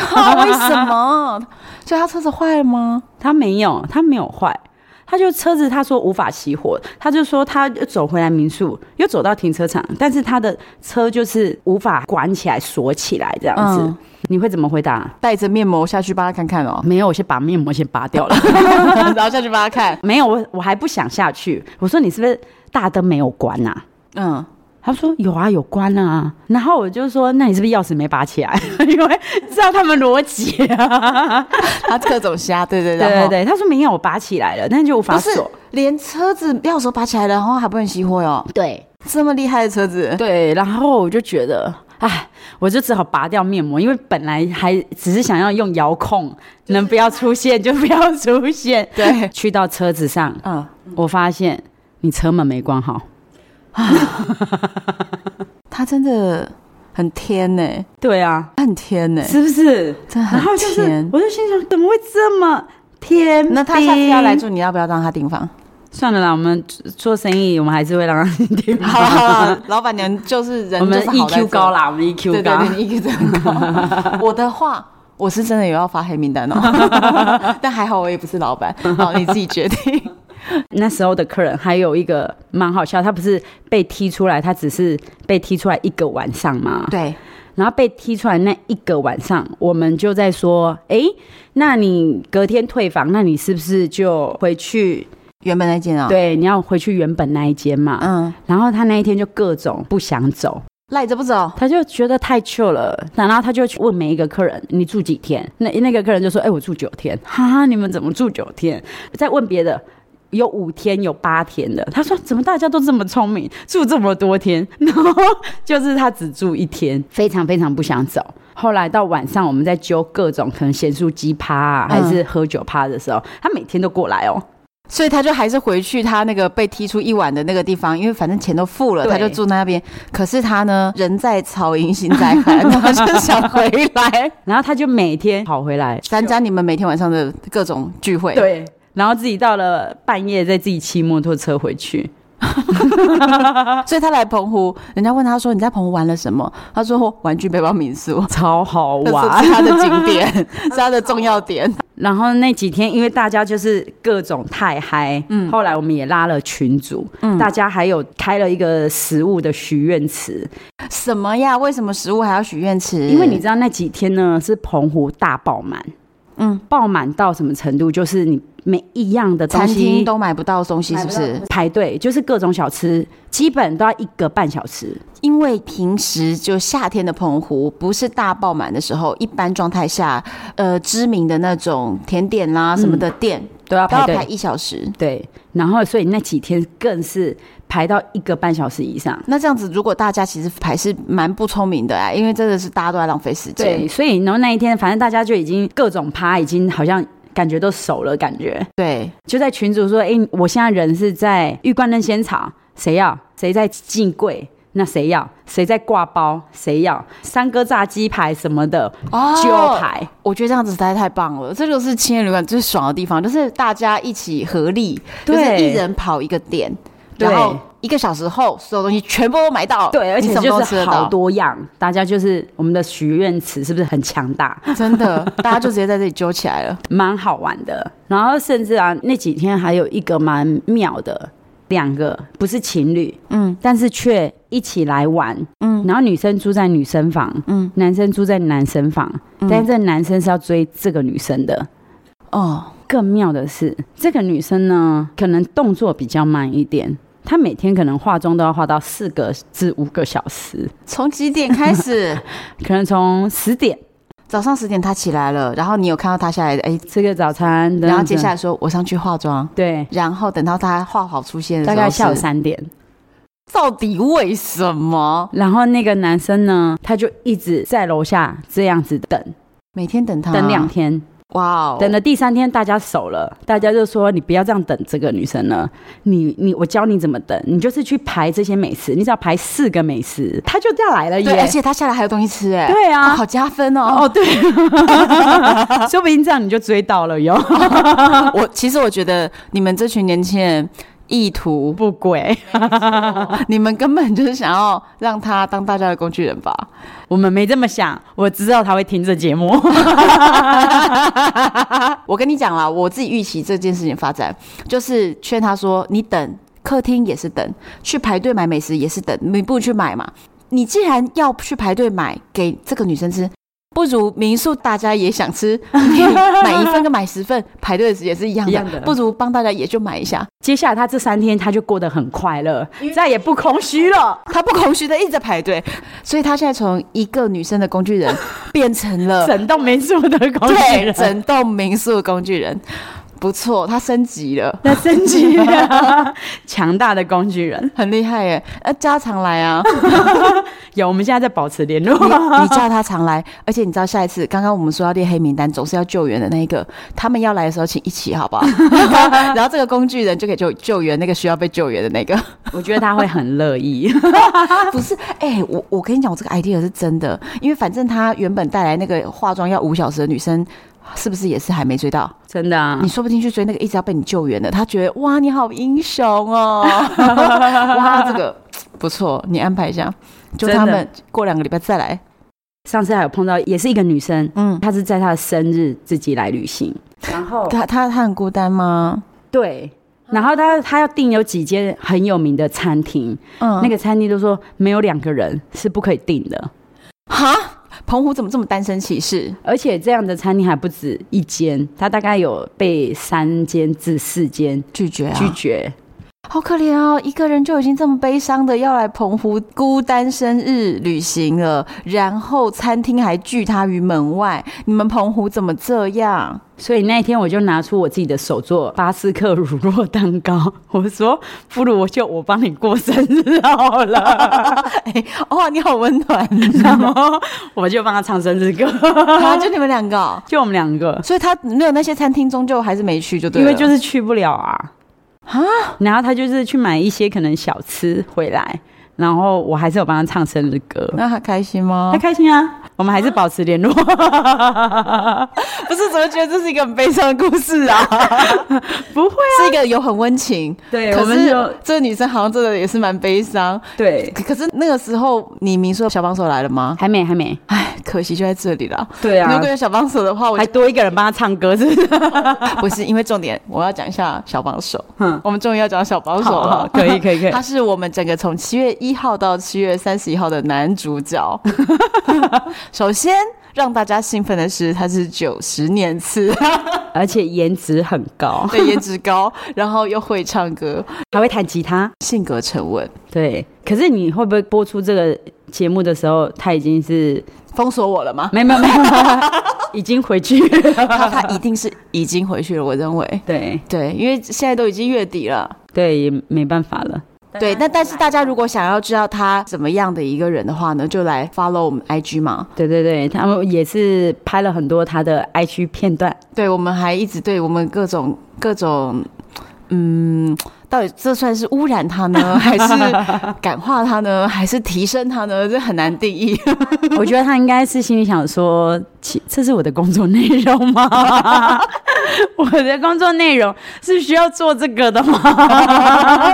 Speaker 1: 靠，啊为什么？所以他车子坏了吗？
Speaker 2: 他没有，他没有坏，他就车子他说无法熄火，他就说他又走回来民宿，又走到停车场，但是他的车就是无法关起来锁起来这样子。
Speaker 1: 嗯
Speaker 2: 你会怎么回答？，
Speaker 1: 带着面膜下去帮他看看哦
Speaker 2: 没有，我先把面膜先拔 掉了。
Speaker 1: 然后下去帮他看。
Speaker 2: 没有，我我还不想下去。我说你是不是大灯没有关呐、啊？
Speaker 1: 嗯，
Speaker 2: 他说有啊，有关啊。然后我就说，那你是不是钥匙没拔起来？ 因为知道他们逻辑 啊。
Speaker 1: 他各种瞎，对 对
Speaker 2: 对对
Speaker 1: 然后
Speaker 2: 对，他说没有，我拔起来了，但是就无法
Speaker 1: 不是
Speaker 2: 锁。
Speaker 1: 连车子钥匙拔起来了，然后还不能熄火哟、
Speaker 2: 对，
Speaker 1: 这么厉害的车子，
Speaker 2: 对，然后我就觉得，哎，我就只好拔掉面膜，因为本来还只是想要用遥控，能不要出现就不要出现。
Speaker 1: 对，
Speaker 2: 去到车子上，
Speaker 1: 嗯，
Speaker 2: 我发现你车门没关好。
Speaker 1: 他真的很天呢、
Speaker 2: 对啊，
Speaker 1: 他很天呢、
Speaker 2: 是不是？
Speaker 1: 真的
Speaker 2: 然后
Speaker 1: 很
Speaker 2: 就是
Speaker 1: 天，。
Speaker 2: 我就心想，怎么会这么天？
Speaker 1: 那他下次要来，住，你要不要让他订 房？
Speaker 2: 算了啦，我们做生意，我们还是会让他订吧。
Speaker 1: 好了好了， 老板娘就是人，
Speaker 2: 我们
Speaker 1: 就是好在
Speaker 2: EQ 高
Speaker 1: 这，
Speaker 2: 啦，我们 EQ 高。
Speaker 1: 对对对，你 EQ 真的很 高。我的话，我是真的有要发黑名单 哦，但还好我也不是老板，好你自己决定。
Speaker 2: 那时候的客人还有一个蛮好笑，他不是被踢出来，他只是被踢出来一个晚上嘛。
Speaker 1: 对，
Speaker 2: 然后被踢出来那一个晚上，我们就在说，诶，那你隔天退房，那你是不是就回去？
Speaker 1: 原本那间啊，，
Speaker 2: 对，你要回去原本那一间嘛。
Speaker 1: 嗯，
Speaker 2: 然后他那一天就各种不想走，
Speaker 1: 赖着不走，
Speaker 2: 他就觉得太 chill 了，然后他就去问每一个客人：“你住几天？”那那个客人就说：“哎、我住九天。”哈哈，你们怎么哎住九天？再问别的，有五天，有八天的。他说：“怎么大家都这么聪明，住这么多天？”然后就是他只住一天， 非常非常不想走。后来到晚上，我们在揪各种可能咸酥鸡趴、啊、还是喝酒趴的时候，他每天都过来哦。
Speaker 1: 所以他就还是回去他那个被踢出一晚的那个地方，因为反正钱都付了，
Speaker 2: 对
Speaker 1: 他就住那边。可是他呢，人在 曹营心在汉，他就想回来
Speaker 2: 然后他就每天跑回来，
Speaker 1: 参加你们每天晚上的各种聚会。，
Speaker 2: 对，然后自己到了半夜再自己骑摩托车回去。
Speaker 1: 所以他来澎湖，人家问他说你在澎湖玩了什么？他说玩具背包民宿，
Speaker 2: 超 好
Speaker 1: 这
Speaker 2: 玩。
Speaker 1: 是他的景 点，是他的重要点。
Speaker 2: 然后那几天，因为大家就是各种太嗨，嗯，后来我们也拉了群组，嗯，大家还有开了一个食物的许愿池，
Speaker 1: 什么呀？为什么食物还要许愿池？
Speaker 2: 因为你知道那几天呢是澎湖大爆满，
Speaker 1: 嗯，
Speaker 2: 爆满到什么程度？就是你每一样的东
Speaker 1: 餐厅
Speaker 2: 西
Speaker 1: 都买不到东西，是不是？
Speaker 2: 排队，就是各种小吃，基本都要一个半小时。
Speaker 1: 因为平时就夏天的澎湖不是大爆满的时候，一般状态下，呃，知名的那种甜点啦、什
Speaker 2: 嗯
Speaker 1: 么的店、
Speaker 2: 都要
Speaker 1: 都
Speaker 2: 排
Speaker 1: 要
Speaker 2: 队
Speaker 1: 排一小时。
Speaker 2: 对，然后所以那几天更是排到一个半小时以上。
Speaker 1: 那这样子，如果大家其实还是蛮不聪明的哎、因为真的是大家都在浪费时间
Speaker 2: 对，。所以然后那一天，反正大家就已经各种趴，已经好像感觉都熟了，感觉
Speaker 1: 对，
Speaker 2: 就在群主说：“哎、我现在人是在玉冠嫩仙草，谁要？谁在进柜？”那谁要？谁在挂包？谁要？三哥炸鸡排什么的，
Speaker 1: 哦
Speaker 2: 揪牌。
Speaker 1: 我觉得这样子实在太棒了，这就是青年旅馆最爽的地方，就是大家一起合力，就
Speaker 2: 对
Speaker 1: 是一人跑一个点，
Speaker 2: 对
Speaker 1: 然后一个小时后所有东西全部都买到，
Speaker 2: 对，而
Speaker 1: 你
Speaker 2: 且
Speaker 1: 什么
Speaker 2: 就
Speaker 1: 都吃
Speaker 2: 是
Speaker 1: 得
Speaker 2: 好
Speaker 1: 到，
Speaker 2: 多样，大家就是我们的许愿池是不是很强大？
Speaker 1: 真的，大家就直接在这里揪起来了。
Speaker 2: 蛮好玩的。然后甚至啊，那几天还有一个蛮妙的，两个不是情侣，嗯，但是却一起来玩，嗯。然后女生住在女生房，嗯，男生住在男生房，
Speaker 1: 嗯
Speaker 2: 但是这男生是要追这个女生的。
Speaker 1: 哦，
Speaker 2: 更妙的是，这个女生呢，可能动作比较慢一点。她每天可能化妆都要化到四个至五个小时，
Speaker 1: 从几点开 始？
Speaker 2: 可能从十点
Speaker 1: 早上十点他起来了，然后你有看到他下来，哎、
Speaker 2: 吃个早餐，等等
Speaker 1: 然后接下来说我上去化妆，
Speaker 2: 对，
Speaker 1: 然后等到他化好出现的时
Speaker 2: 大
Speaker 1: 候，
Speaker 2: 概下午，三点，
Speaker 1: 到底为什么
Speaker 2: 然后那个男生呢，他就一直在楼下这样子等，
Speaker 1: 每天等他
Speaker 2: 等两天，
Speaker 1: 哇啊哦，
Speaker 2: 等了第三天，大家熟了，大家就说你不要这样等这个女生了，你你我教你怎么等，你就是去排这些美食，你只要排四个美食，她就下来了
Speaker 1: 对，而
Speaker 2: 耶。
Speaker 1: 且他下来还有东西吃，哎，
Speaker 2: 对啊
Speaker 1: 哦好加分哦。
Speaker 2: 哦，对， 说不定这样你就追到了哟，
Speaker 1: 我其实我觉得你们这群年轻人意图，
Speaker 2: 不轨，
Speaker 1: 你们根本就是想要让他当大家的工具人吧？
Speaker 2: 我们没这么想，我知道她会听这节目，
Speaker 1: 我跟你讲啦，我自己预期这件事情发展，就是劝他说：“你等，客厅也是等，去排队买美食也是等，你不如去买嘛。你既然要去排队买给这个女生吃，不如民宿大家也想吃，你买一份跟买十份，排队的时间是一样的，
Speaker 2: 一样的
Speaker 1: 不如帮大家也就买一下。
Speaker 2: 接下来她这三天她就过得很快乐，再也不空虚了。
Speaker 1: 他不空虚的一直在排队，所以他现在从一个女生的工具人变成了
Speaker 2: 整栋民宿的工具
Speaker 1: 呃对
Speaker 2: 人，
Speaker 1: 整栋民宿的工具人，不错，他升级了。”
Speaker 2: 那升级了强大的工具人。
Speaker 1: 很厉害耶！呃，叫他常来 啊，
Speaker 2: 有，我们现在在保持联络。
Speaker 1: 你你叫他常来，而且你知道下一次，刚刚我们说要列黑名单，总是要救援的那一个，他们要来的时候，请一起好 不好？然后这个工具人就可以救救援那个需要被救援的那 个。
Speaker 2: 我觉得他会很乐 意。
Speaker 1: 不是，哎、我我跟你讲，我这个 idea 是真的，因为反正他原本带来那个化妆要五小时的女生。是不是也是还没追到？
Speaker 2: 真的啊
Speaker 1: 你，说不定去追那个一直要被你救援的，他觉得哇你好英雄哦， 哇这个不错，你安排一下，就他
Speaker 2: 真的
Speaker 1: 们过两个礼拜再来，
Speaker 2: 上次还有碰到，也是一个女生，
Speaker 1: 嗯，
Speaker 2: 她是在她的生日自己来旅行，然后嗯
Speaker 1: 他他他很孤单吗？
Speaker 2: 对，然后她她要订有几间很有名的餐厅，
Speaker 1: 嗯
Speaker 2: 那个餐厅都说没有两个人是不可以订的，
Speaker 1: 哈，澎湖怎么这么单身歧视？
Speaker 2: 而且这样的餐厅还不止一间，她大概有被三间至四间
Speaker 1: 拒绝啊，
Speaker 2: 拒绝。
Speaker 1: 好可怜哦，一个人就已经这么悲伤的要来澎湖孤单生日旅行了，然后餐厅还拒他于门外，你们澎湖怎么这样？
Speaker 2: 所以那一天我就拿出我自己的手做巴斯克乳酪蛋糕， 我说不如我就我帮你过生日好了，
Speaker 1: 哎，哇，你好温暖，
Speaker 2: 然后我就帮他唱生日歌，
Speaker 1: 啊，就你们两个哦、
Speaker 2: 就我们两个，
Speaker 1: 所以他没有那些餐厅，终究还是没去，就对
Speaker 2: 因
Speaker 1: 了。
Speaker 2: 为就是去不了啊
Speaker 1: 啊，
Speaker 2: 然后他就是去买一些可能小吃回来，然后我还是有帮他唱生日歌。
Speaker 1: 那他开心吗
Speaker 2: 他？开心啊，我们还是保持联络。
Speaker 1: 不是，怎么觉得这是一个很悲伤的故事啊？
Speaker 2: 不会，啊
Speaker 1: 是一个有很温情，
Speaker 2: 对
Speaker 1: 可
Speaker 2: 我们
Speaker 1: 是
Speaker 2: 就
Speaker 1: 这个女生好像真的也是蛮悲伤。
Speaker 2: 对，
Speaker 1: 可可是那个时候，你明说小帮手来了吗？
Speaker 2: 还没，还没，
Speaker 1: 哎，可惜就在这里了。
Speaker 2: 对啊
Speaker 1: 如果有小帮手的话，我
Speaker 2: 还
Speaker 1: 就
Speaker 2: 多一个人帮他唱歌，是不是？
Speaker 1: 不是因为重点，我要讲一下小帮 手。
Speaker 2: 嗯
Speaker 1: 我们终于要讲小帮手
Speaker 2: 好
Speaker 1: 了
Speaker 2: 好，可以可以可以
Speaker 1: 他是我们整个从七月一号到七月三十一号的男主 角。首先让大家兴奋的是，他是九十年次，
Speaker 2: 而且颜值很高，
Speaker 1: 对颜值高，然后又会唱歌，
Speaker 2: 还会弹吉他。
Speaker 1: 性格沉稳。
Speaker 2: 对，可是你会不会播出这个节目的时候，他已经是
Speaker 1: 封锁我了 吗？
Speaker 2: 没有没有没 有，已经回去了。
Speaker 1: 他他一定是已经回去了，我认为。
Speaker 2: 对
Speaker 1: 对，因为现在都已经月底了。
Speaker 2: 对，也没办法了。
Speaker 1: 对，啊那但是大家如果想要知道他怎么样的一个人的话呢，就来 follow 我们 IG 嘛。
Speaker 2: 对对对，他们也是拍了很多他的 IG 片 段，
Speaker 1: 对，我们还一直对我们各种各种，嗯，到底这算是污染他 呢，还是感化他呢，还是提升他呢？这很难定 义。
Speaker 2: 我觉得他应该是心里想说，其这是我的工作内容 吗？我的工作内容是需要做这个的 吗？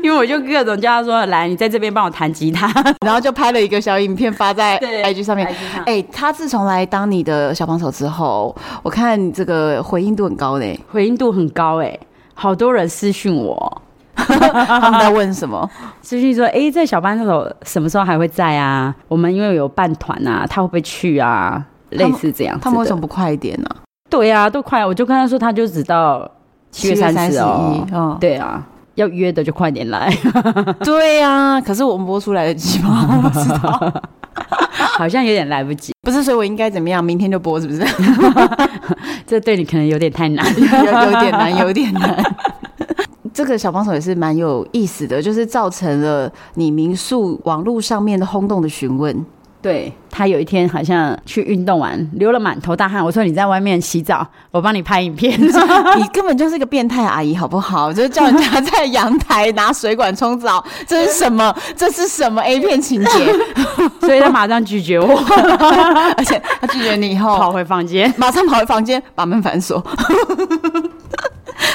Speaker 2: 因为我就各种叫他说，来，你在这边帮我弹吉他。
Speaker 1: 然后就拍了一个小影片发在
Speaker 2: 对
Speaker 1: IG 上面。
Speaker 2: IG 上
Speaker 1: 哎、他自从来当你的小帮手之后，我看你这个回应度很高呢。
Speaker 2: 回应度很高哎、好多人私讯我，
Speaker 1: 他们在问什么？
Speaker 2: 私讯说，哎、这小班手什么时候还会在啊？我们因为有办团啊，他会不会去啊？类似这样子的
Speaker 1: 他们为什么不快一点呢、
Speaker 2: 对啊，都快，我就跟他说，他就只到七月三十哦。
Speaker 1: 31哦，
Speaker 2: 对啊，要约的就快点来，
Speaker 1: 对呀、可是我们播出来得及吗？ 我不知道，
Speaker 2: 好像有点来不及，
Speaker 1: 不是，所以我应该怎么样？明天就播，是不 是？
Speaker 2: 这对你可能有点 太难。
Speaker 1: 有有点难，有点难。 这个小帮手也是蛮有意思的，就是造成了你民宿网络上面的轰动的询问。
Speaker 2: 对他有一天好像去运动完，流了满头大汗。我说你在外面洗澡，我帮你拍影片。
Speaker 1: 你根本就是个变态阿姨，好不好？就是叫人家在阳台拿水管冲澡，这是什么？这是什么 A 片情节？
Speaker 2: 所以他马上拒绝我，
Speaker 1: 而且他拒绝你以
Speaker 2: 跑
Speaker 1: 后，
Speaker 2: 回房间。
Speaker 1: 马上跑回房间把门反锁。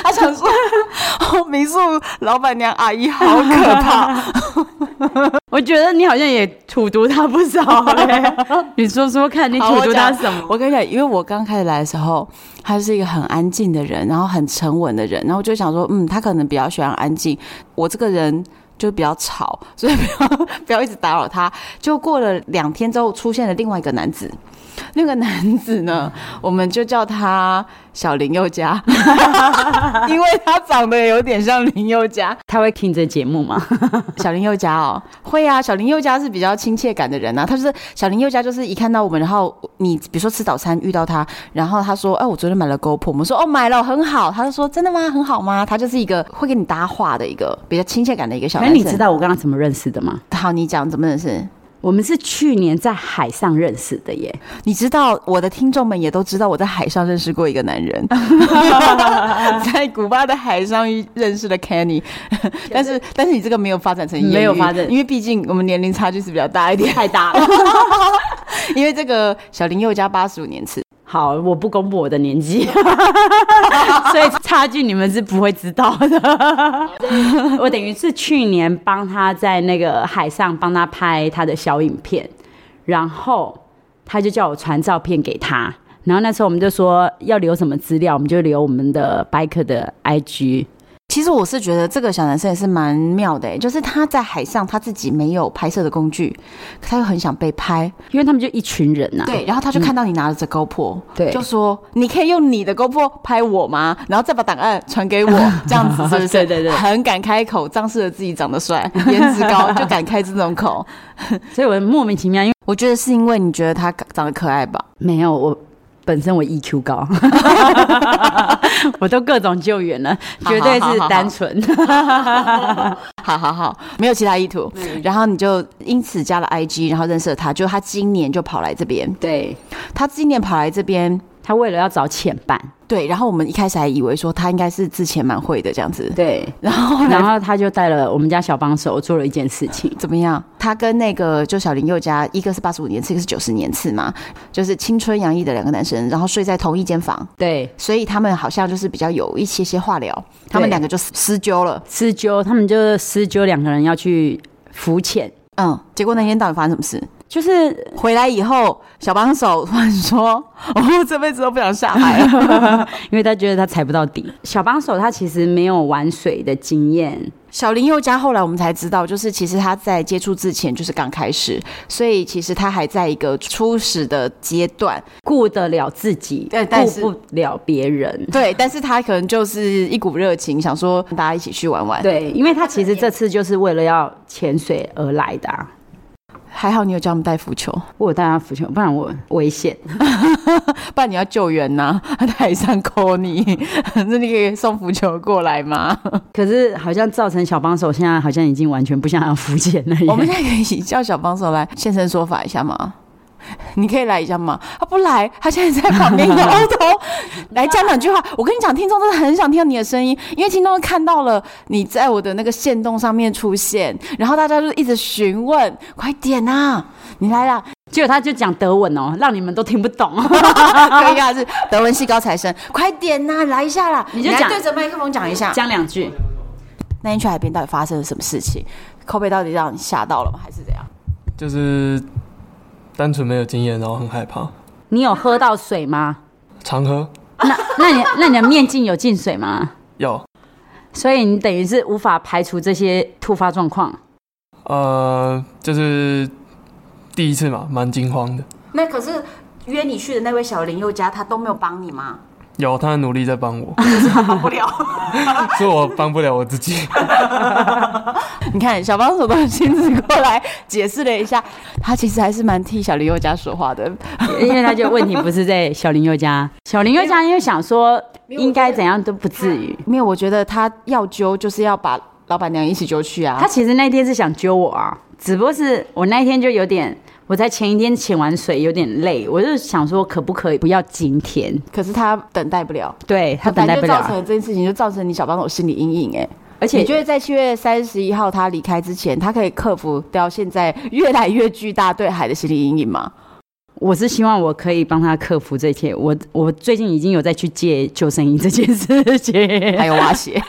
Speaker 1: 他想说，哦，民宿老板娘阿姨好可怕。
Speaker 2: 我觉得你好像也荼毒他不少、 欸、你说说看，你
Speaker 1: 好
Speaker 2: 荼
Speaker 1: 我
Speaker 2: 毒他
Speaker 1: 讲
Speaker 2: 什么？
Speaker 1: 我跟你讲，因为我刚开始来的时候，他是一个很安静的人，然后很沉稳的人，然后我就想说，嗯，他可能比较喜欢安静，我这个人。就比较吵，所以不要不要一直打扰他。就过了两天之后，出现了另外一个男子，那个男子呢，我们就叫他小林宥嘉， 因为他长得有点像林宥嘉。
Speaker 2: 他会听这节目吗？
Speaker 1: 小林宥嘉哦，会啊，小林宥嘉是比较亲切感的人啊。他就是小林宥嘉，就是一看到我们，然后你比如说吃早餐遇到他，然后他说：“哎、我昨天买了 GoPro。”我们说：“哦，买了，很好。”他就说：“真的吗？很好吗？”他就是一个会跟你搭话的一个比较亲切感的一个小
Speaker 2: 可
Speaker 1: 男生。
Speaker 2: 是你知道我跟他怎么认识的吗？
Speaker 1: 好，你讲怎么认识？
Speaker 2: 我们是去年在海上认识的耶。
Speaker 1: 你知道我的听众们也都知道，我在海上认识过一个男 人，在古巴的海上认识了 Kenny，但是但是你这个没有发展成艳遇
Speaker 2: 没有发展
Speaker 1: 因为毕竟我们年龄差距是比较大一点，太大了。 因为这个小林宥嘉八十五年次，
Speaker 2: 好，我不公布我的 年纪，所以差距你们是不会知道 的。我等于是去年帮他在那个海上帮他拍他的小影片，然后他就叫我传照片给他。然后那时候我们就说要留什么资料，我们就留我们的 Bike 的 IG。
Speaker 1: 其实我是觉得这个小男生也是蛮妙的、欸就是他在海上他自己没有拍摄的工具，可他又很想被拍，
Speaker 2: 因为他们就一群人呐、
Speaker 1: 对，然后他就看到你拿着 GoPro，、
Speaker 2: 对
Speaker 1: 就说你可以用你的 GoPro 拍我吗？然后再把档案传 给我，这样子是不是？
Speaker 2: 对对对
Speaker 1: 很敢开口，仗势着自己长得帅，颜值高，就敢开这种口。
Speaker 2: 所以我莫名其妙，因为
Speaker 1: 我觉得是因为你觉得他长得可爱吧？
Speaker 2: 没有我本身我 EQ 高，我都各种救援了，
Speaker 1: 好
Speaker 2: 绝对
Speaker 1: 好好
Speaker 2: 是
Speaker 1: 好
Speaker 2: 单纯。
Speaker 1: 好好好，没有其他意图。然后你就因此加了 IG，然后认识了他。就他今年就跑来这边，
Speaker 2: 对
Speaker 1: 他今年跑来这边。
Speaker 2: 他为了要找潜伴，
Speaker 1: 对，然后我们一开始还以为说他应该是之前蛮会的这样子，
Speaker 2: 对，
Speaker 1: 然后后来
Speaker 2: 然后他就带了我们家小帮手做了一件事情，
Speaker 1: 怎么样？他跟那个就小林宥嘉，一个是八十五年次，一个是九十年次嘛，就是青春洋溢的两个男生，然后睡在同一间房，
Speaker 2: 对，
Speaker 1: 所以他们好像就是比较有一些些话聊，他们两个就私私交了。
Speaker 2: 施灸，哦他们就是施灸两个人要去浮潜，
Speaker 1: 嗯，结果那天到底发生什么事？
Speaker 2: 就是
Speaker 1: 回来以后，小帮手突然说：“ 哦，这辈子都不想下海了。
Speaker 2: 因为他觉得他踩不到底。小帮手他其实没有玩水的经验，”
Speaker 1: 小林宥嘉后来我们才知道，就是其实他在接触之前就是刚开始，所以其实他还在一个初始的阶段。
Speaker 2: 顾得了自己，
Speaker 1: 对但是
Speaker 2: 顾不了别人。
Speaker 1: 对，但是他可能就是一股热情，想说大家一起去玩玩。
Speaker 2: 对，因为他其实这次就是为了要潜水而来的、啊。
Speaker 1: 还好你有教我们带浮球，
Speaker 2: 我有带他浮球，不然我危险。
Speaker 1: 不然你要救援呐、 他在海上 call 你， 那你可以送浮球过来吗？
Speaker 2: 可是好像造成小帮手现在好像已经完全不想要浮潜了耶。
Speaker 1: 我们现在可以叫小帮手来现身说法一下吗？ 你可以来一下吗？他不来，他现在在旁边摇头。来讲两句 话，我跟你讲，听众真的很想听到你的声音，因为听众看到了你在我的那个线动上面出现，然后大家就一直询问，快点啊，你来啦，
Speaker 2: 结果他就讲德文哦，让你们都听不懂。哦
Speaker 1: 尴尬的啊是德文系高材生，快点呐、来一下啦！
Speaker 2: 你就
Speaker 1: 来
Speaker 2: 讲
Speaker 1: 对着麦克风讲一下，
Speaker 2: 讲两句，
Speaker 1: 那天去海边到底发生了什么事情？口碑到底让你吓到了吗？还是怎样？
Speaker 3: 就是单纯没有经验，然后很害怕，
Speaker 2: 你有喝到水吗？
Speaker 3: 常喝
Speaker 2: 那那你那你的面镜有进水吗？
Speaker 3: 有，
Speaker 2: 所以你等于是无法排除这些突发状况。
Speaker 3: 呃，就是第一次嘛，蛮惊慌的。
Speaker 1: 那可是约你去的那位小林宥嘉，他都没有帮你吗？
Speaker 3: 有，他很努力在帮我，
Speaker 1: 帮不了。
Speaker 3: 是我帮不了我自己。
Speaker 1: 你看，小帮手都亲自过来解释了一下，他其实还是蛮替小林宥嘉说话的。
Speaker 2: 因为他就问题不是在小林宥嘉，小林宥嘉因为想说应该怎样都不至于。
Speaker 1: 没有，我觉得他要揪就是要把老板娘一起揪去啊
Speaker 2: 他。其实那天是想揪我啊，只不过是我那天就有点我在前一天潜完水有点累，我就想说可不可以不要今天？
Speaker 1: 可是他等待不了，
Speaker 2: 对他等待不
Speaker 1: 就
Speaker 2: 了
Speaker 1: 造成
Speaker 2: 啊，
Speaker 1: 了这件事情，就造成你小帮手心理阴影哎、
Speaker 2: 而且
Speaker 1: 你觉得在七月三十一号他离开之前，他可以克服掉现在越来越巨大对海的心理阴影 吗？
Speaker 2: 我是希望我可以帮他克服这一切。我我最近已经有在去借救生衣这件事 情，
Speaker 1: 还有蛙鞋，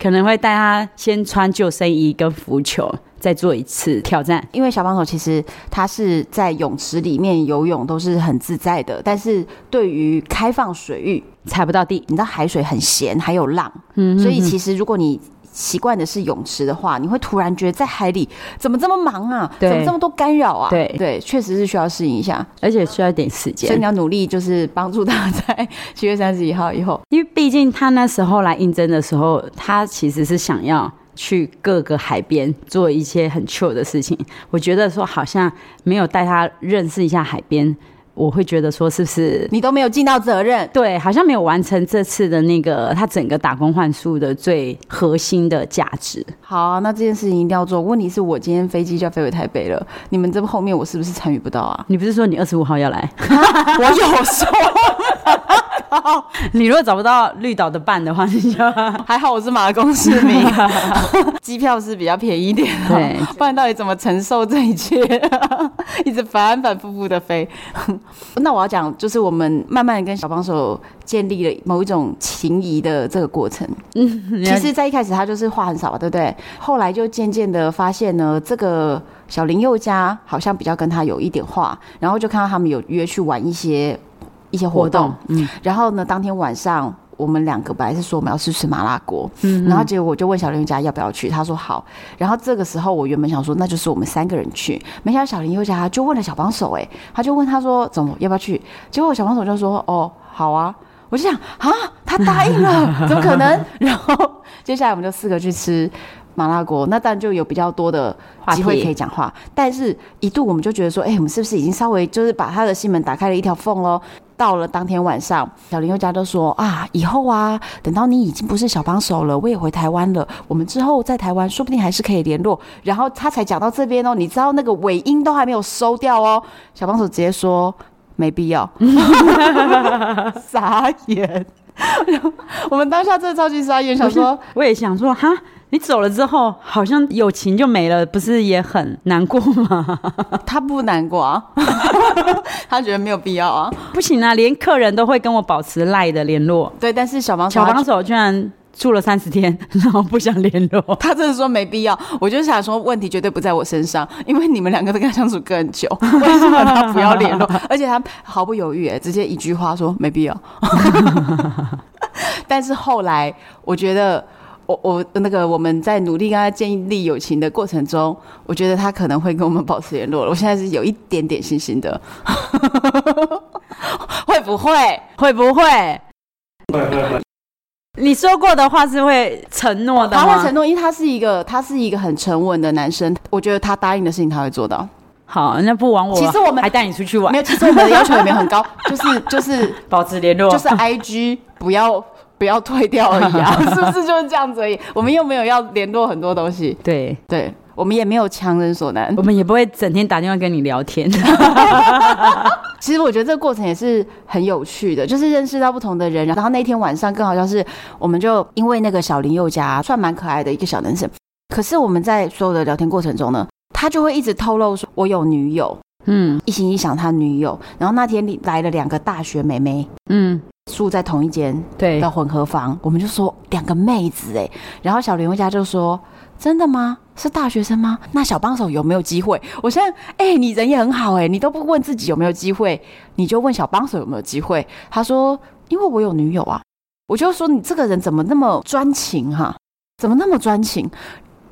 Speaker 2: 可能会带他先穿救生衣跟浮球，再做一次挑战。
Speaker 1: 因为小帮手其实他是在泳池里面游泳都是很自在的，但是对于开放水域，
Speaker 2: 踩不到地，
Speaker 1: 你知道海水很咸，还有浪，
Speaker 2: 嗯
Speaker 1: 所以其实如果你习惯的是泳池的话，你会突然觉得在海里怎么这么忙啊，
Speaker 2: 对
Speaker 1: 怎么这么多干扰啊？
Speaker 2: 对
Speaker 1: 对，确实是需要适应一下，
Speaker 2: 而且需要一点时
Speaker 1: 所以
Speaker 2: 间
Speaker 1: 你，要努力，就是帮助他在七月三十一号以后。
Speaker 2: 因为毕竟他那时候来应征的时候，他其实是想要去各个海边做一些很 chill 的事情。我觉得说好像没有带他认识一下海边，我会觉得说是不是
Speaker 1: 你都没有尽到责任。
Speaker 2: 对，好像没有完成这次的那个他整个打工换宿的最核心的价值。？
Speaker 1: 好，啊那这件事情一定要做。问题是我今天飞机就要飞回台北了，你们这后面我是不是参与不到啊
Speaker 2: 你不是说你二十五号要来？
Speaker 1: 我有说，
Speaker 2: 你如果找不到绿岛的伴的话，你就
Speaker 1: 还好我是马公市 民，机票是比较便宜一点、啊，
Speaker 2: 对，
Speaker 1: 不然到底怎么承受这一切？ 一直反反复复的飞。那我要讲，就是我们慢慢地跟小帮手建立了某一种情谊的这个过程。其实，在一开始他就是话很少嘛，对不对？后来就渐渐的发现呢，这个小林宥嘉好像比较跟他有一点话，然后就看到他们有约去玩一些一些活动。，
Speaker 2: 嗯，
Speaker 1: 然后呢，当天晚上我们两个本来是说我们要去吃麻辣锅，然后结果我就问小林宥嘉要不要去，他说好。然后这个时候我原本想说那就是我们三个人去，没想到小林宥嘉就问了小帮手、欸，他就问他说怎么要不要去？结果小帮手就说哦好啊。我就想啊，他答应了，怎么可能？ 然后接下来我们就四个去吃麻辣锅，那当然就有比较多的
Speaker 2: 话
Speaker 1: 机
Speaker 2: 题
Speaker 1: 会可以讲话。但是，一度我们就觉得说，哎、我们是不是已经稍微就是把他的心门打开了一条缝喽？到了当天晚上，小林宥嘉就说啊，以后啊，等到你已经不是小帮手了，我也回台湾了，我们之后在台湾说不定还是可以联络。然后他才讲到这边哦，你知道那个尾音都还没有收掉哦，小帮手直接说没必要，傻眼。 然后我们当下真的超级傻眼，想说
Speaker 2: 我也想说，哈，你走了之后，好像友情就没了，不是也很难过吗？
Speaker 1: 他不难过啊， 他觉得没有必要啊。
Speaker 2: 不行啊，连客人都会跟我保持赖的联络，
Speaker 1: 对，但是小帮手
Speaker 2: 小
Speaker 1: 他
Speaker 2: 帮手居然住了三十天，然后不想联络。
Speaker 1: 他真的说没必要，我就想说问题绝对不在我身上，因为你们两个都跟他相处更久，为什么他不要联络？而且他毫不犹豫、欸，直接一句话说没必要。 但是后来，我觉得我我那个我们在努力跟他建立友情的过程中，我觉得他可能会跟我们保持联络了。我现在是有一点点信心的， 会不会？
Speaker 2: 会不会？你说过的话是会承诺的
Speaker 1: 他
Speaker 2: 吗？
Speaker 1: 会承诺，因为他是一个他是一个很沉稳的男生，我觉得他答应的事情他会做到。
Speaker 2: 好，那不枉我。啊
Speaker 1: 其实我们
Speaker 2: 还带你出去玩
Speaker 1: 没，有，其实我们的要求也没有很高，就是就是
Speaker 2: 保持联络。
Speaker 1: 就是 I G 不要不要退掉而已啊，是不是就是这样子而已？我们又没有要联络很多东西，
Speaker 2: 对，
Speaker 1: 对我们也没有强人所难
Speaker 2: 我。们也不会整天打电话跟你聊 天。
Speaker 1: 其实我觉得这个过程也是很有趣的，就是认识到不同的人。然后那天晚上更好像是，我们就因为那个小林宥嘉算蛮可爱的一个小男生，可是我们在所有的聊天过程中呢，他就会一直透露说我有女友，
Speaker 2: 嗯
Speaker 1: 一心一想他女友。然后那天来了两个大学妹妹，
Speaker 2: 嗯，
Speaker 1: 住在同一间
Speaker 2: 对
Speaker 1: 的，混合房，我们就说两个妹子哎，然后小林宥嘉就说：“真的吗？是大学生吗？那小帮手有没有机会？”我现在哎、你人也很好哎、你都不问自己有没有机会，你就问小帮手有没有机会。他说：“因为我有女友啊。”我就说：“你这个人怎么那么专情哈、怎么那么专情？”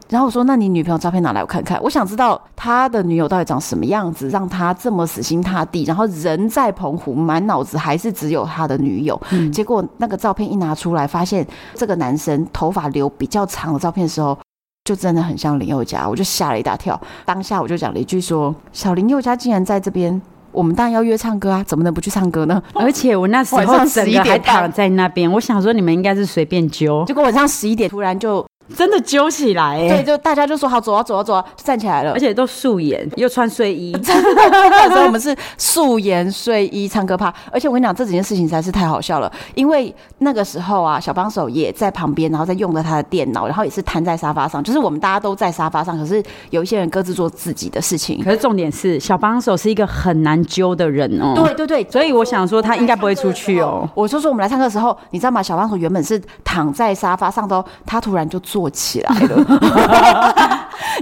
Speaker 1: 然后我说：“那你女朋友照片拿来我看看，我想知道他的女友到底长什么样子，让他这么死心塌地，然后人在澎湖，满脑子还是只有他的女友。
Speaker 2: 嗯
Speaker 1: 结果那个照片一拿出来，发现这个男生头发留比较长的照片的时候，就真的很像林宥嘉，我就吓了一大跳。当下我就讲了一句说：“小林宥嘉竟然在这边，我们当然要约唱歌啊，怎么能不去唱歌呢
Speaker 2: 而且我那时
Speaker 1: 晚上
Speaker 2: 候整
Speaker 1: 11
Speaker 2: 个还
Speaker 1: 点半
Speaker 2: 躺在那边，我想说你们应该是随便揪？”，
Speaker 1: 结果晚上十一点突然就
Speaker 2: 真的揪起来哎、
Speaker 1: 对，就大家就说好走啊走啊走啊，就站起来了
Speaker 2: 而。且都素颜，又穿睡衣，
Speaker 1: 那时候我们是素颜睡衣唱歌趴，而且我跟你讲，这几件事情实在是太好笑了，因为那个时候啊，小帮手也在旁边，然后在用着他的电脑，然后也是瘫在沙发上，就是我们大家都在沙发上，可是有一些人各自做自己的事情。
Speaker 2: 可是重点是，小帮手是一个很难揪的人哦。
Speaker 1: 对，对对，
Speaker 2: 所以我想说他应该不会出去哦。
Speaker 1: 我就说我们来唱歌的时候，你知道吗？小帮手原本是躺在沙发上的哦，他突然就坐起来了，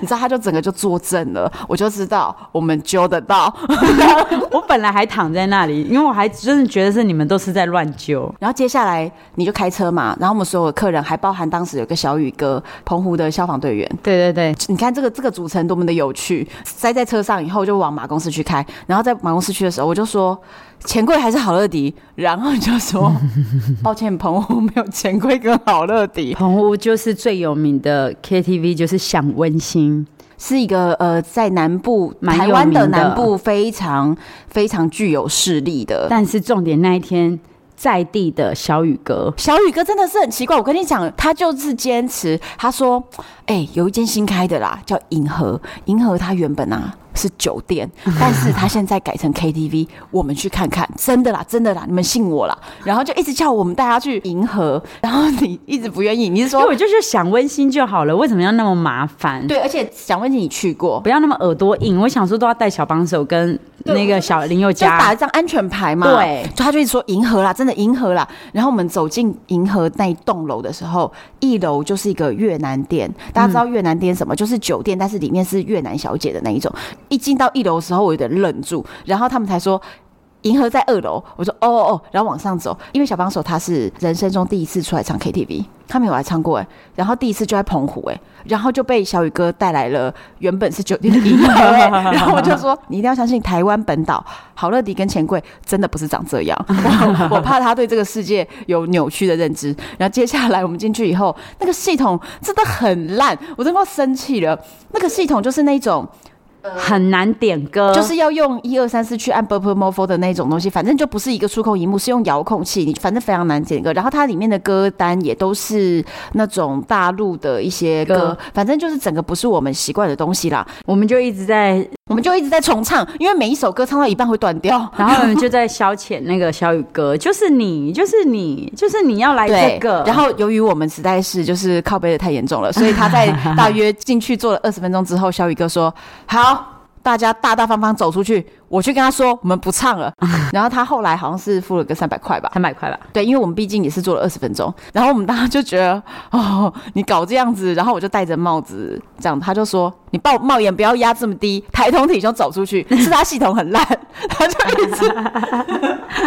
Speaker 1: 你知道，他就整个就坐正了，我就知道我们揪得到。
Speaker 2: 我本来还躺在那里，因为我还真的觉得是你们都是在乱揪。
Speaker 1: 然后接下来你就开车嘛，然后我们所有的客人还包含当时有个小宇哥，澎湖的消防队员。
Speaker 2: 对对对，
Speaker 1: 你看这个这个组成多么的有趣，塞在车上以后就往马公市区开，然后在马公市区的时候我就说钱柜还是好乐迪，然后你就说 抱歉澎湖没有钱柜跟好乐迪，
Speaker 2: 澎湖就是最有名的 KTV，就是享温馨。
Speaker 1: 是一个呃在南部
Speaker 2: 蛮有
Speaker 1: 台湾的
Speaker 2: 名的
Speaker 1: 南部非常非常具有势力的
Speaker 2: 但是重点那一天，在地的小宇哥，
Speaker 1: 小宇哥真的是很奇怪，我跟你讲，他就是坚持，他说：“哎、有一间新开的啦，叫银河。银河它原本啊是酒店，但是他现在改成 KTV，我们去看看，真的啦，真的啦，你们信我啦。”然后就一直叫我们大家去银河，然后你一直不愿意，你是
Speaker 2: 所以
Speaker 1: 说
Speaker 2: 我就觉得享温馨就好了，为什么要那么麻烦？
Speaker 1: 对？而且想问你，你去过？
Speaker 2: 不要那么耳朵硬。我想说都要带小帮手跟
Speaker 1: 对
Speaker 2: 那个小林宥
Speaker 1: 就打
Speaker 2: 嘉
Speaker 1: 一，张安全牌嘛，
Speaker 2: 对
Speaker 1: 就他就一直说银河啦，真的银河啦。然后我们走进银河那一栋楼的时候，一楼就是一个越南店，大家知道越南店什么？就是酒店，但是里面是越南小姐的那一种。一进到一楼的时候，我有点愣住，然后他们才说。银河在二楼，我说哦哦哦，然后往上走，因为小帮手他是人生中第一次出来唱 KTV，他没有来唱过哎、然后第一次就在澎湖哎、然后就被小宇哥带来了原本是酒店的银河、哎然后我就说你一定要相信台湾本岛好乐迪跟钱柜真的不是长这样， 我我怕他对这个世界有扭曲的认知。然后接下来我们进去以后，那个系统真的很烂，我真的要生气了。那个系统就是那种
Speaker 2: 很难点歌，
Speaker 1: 就是要用一二三四去按 Burp m o f o 的那种东西，反正就不是一个触控荧幕，是用遥控器，你反正非常难点歌。然后它里面的歌单也都是那种大陆的一些歌，
Speaker 2: 歌
Speaker 1: 反正就是整个不是我们习惯的东西啦。
Speaker 2: 我们就一直在
Speaker 1: 我们就一直在重唱，因为每一首歌唱到一半会断掉。
Speaker 2: 然后我们就在消遣那个小宇 哥，就是你，就是你，就是你要来这个。
Speaker 1: 然后由于我们实在是就是靠背的太严重了，所以他在大约进去坐了二十分钟之后，小宇哥说：“好。”大家大大方方走出去，我去跟他说我们不唱了。 然后他后来好像是付了个三百块吧，
Speaker 2: 三百块吧，
Speaker 1: 对，因为我们毕竟也是做了二十分钟，然后我们大家就觉得，哦，你搞这样子，然后我就戴着帽子这样，他就说你帽帽檐不要压这么低，抬头挺胸走出去， 是他系统很烂，他就一直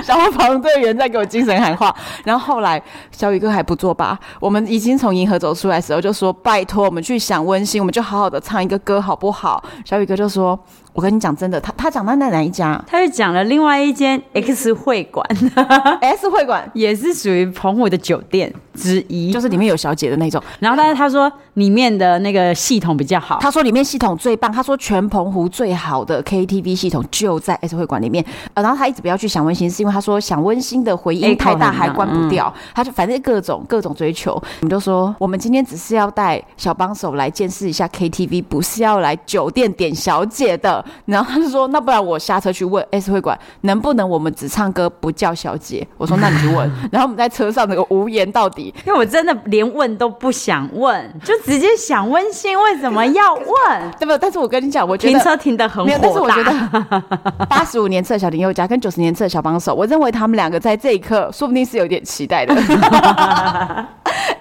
Speaker 1: 消防队员在给我精神喊话，然后后来小宇哥还不作罢，我们已经从银河走出来的时候就说，拜托我们去想温馨，我们就好好的唱一个歌好不好？小宇哥就说，我跟你讲真的，他他讲到那哪一家啊
Speaker 2: 他又讲了另外一间 X 会馆，
Speaker 1: S 哎会馆，
Speaker 2: 也是属于澎湖的酒店之一
Speaker 1: 就。是里面有小姐的那种。
Speaker 2: 然后，但是他说里面的那个系统比较好，
Speaker 1: 他说里面系统最棒，他说全澎湖最好的 KTV 系统就在 S 会馆里面。呃，然后他一直不要去想温馨，是因为他说想温馨的回音
Speaker 2: Echo
Speaker 1: 太大
Speaker 2: 很
Speaker 1: 还关不
Speaker 2: 嗯
Speaker 1: 掉，他就反正各种各种追求。我们就说，我们今天只是要带小帮手来见识一下 KTV，不是要来酒店点小姐的。然后他就说，那不然我下车去问 S 会馆能不能我们只唱歌不叫小姐。我说那你 就问。然后我们在车上那个无言到底，
Speaker 2: 因为我真的连问都不想问，就直接想温馨，为什么要问？
Speaker 1: 对不？但是我跟你讲，我 觉
Speaker 2: 停
Speaker 1: 得
Speaker 2: 车停得很
Speaker 1: 没有，但是
Speaker 2: 火
Speaker 1: 我觉
Speaker 2: 大，
Speaker 1: 得 八十五年次的小林宥嘉跟九十年次的小帮手，我认为他们两个在这一刻说不定是有点期待 的。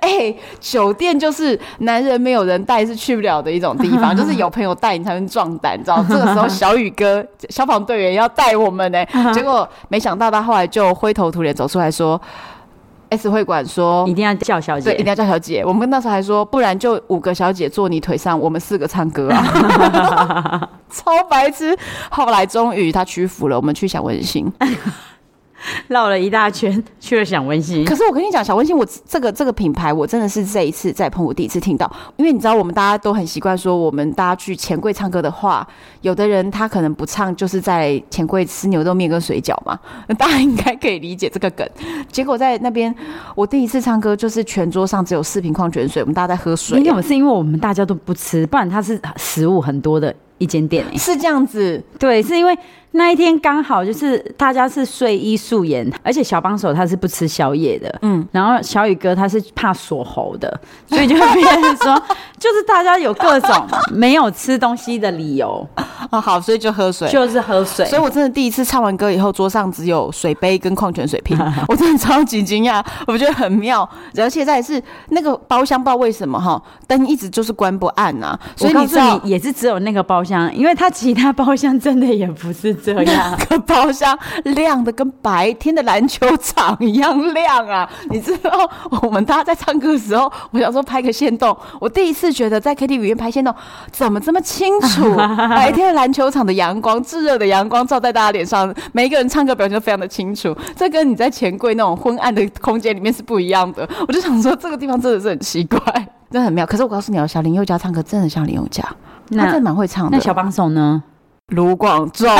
Speaker 1: 哎、酒店就是男人没有人带是去不了的一种地 方，就是有朋友带你才能壮胆，你知道？这个时候小宇哥消防队员要带我们 呢、结果没想到他后来就灰头土脸走出来说，S 会馆说
Speaker 2: 一定要叫小
Speaker 1: 对，一定
Speaker 2: 姐。
Speaker 1: 要叫小姐。我们那时候还说，不然就五个小姐坐你腿上，我们四个唱歌啊，
Speaker 2: 嗯
Speaker 1: 超白痴。后来终于他屈服了，我们去想温馨。
Speaker 2: 绕了一大圈去了小温馨。
Speaker 1: 可是我跟你讲，小温馨，我这个这个品牌，我真的是这一次在澎湖第一次听到，因为你知道，我们大家都很习惯说，我们大家去钱柜唱歌的话，有的人他可能不唱，就是在钱柜吃牛肉面跟水饺嘛，大家应该可以理解这个梗。结果在那边，我第一次唱歌就是全桌上只有四瓶矿泉水，我们大家在喝水
Speaker 2: 没，有，是因为我们大家都不吃，不然它是食物很多的一间店欸 诶、
Speaker 1: 是这样子。
Speaker 2: 对，是因为那一天刚好就是大家是睡衣素颜，而且小帮手他是不吃宵夜的，嗯，然后小雨哥他是怕锁喉的，所以就会变成说， 就是大家有各种没有吃东西的理由，
Speaker 1: 哦，好，所以就喝水。
Speaker 2: 就是喝水。
Speaker 1: 所以，我真的第一次唱完歌以后，桌上只有水杯跟矿泉 水瓶，我真的超级惊讶，我觉得很妙。而且再来是那个包厢，不知道为什么哈，灯一直就是关不暗啊，所
Speaker 2: 我
Speaker 1: 以
Speaker 2: 告
Speaker 1: 你
Speaker 2: 诉
Speaker 1: 知道
Speaker 2: 你，也是只有那个包厢，因为他其他包厢真的也不是这
Speaker 1: 那。
Speaker 2: 样
Speaker 1: 个 包厢亮的跟白天的篮球场一样亮啊！你知道我们大家在唱歌的时候，我想说拍个线动，我第一次觉得在 KTV 里面拍线动怎么这么清楚？白天的啊篮球场的阳光，炙热的阳光照在大家脸上，每一个人唱歌表现都非常的清楚，这跟你在钱柜那种昏暗的空间里面是不一样的。我就想说这个地方真的是很奇怪，真的很妙。可是我告诉你哦，小林宥嘉唱歌真的很像林宥嘉，他真的
Speaker 2: 那
Speaker 1: 蛮会唱的
Speaker 2: 那。小帮手呢？
Speaker 1: 卢广仲。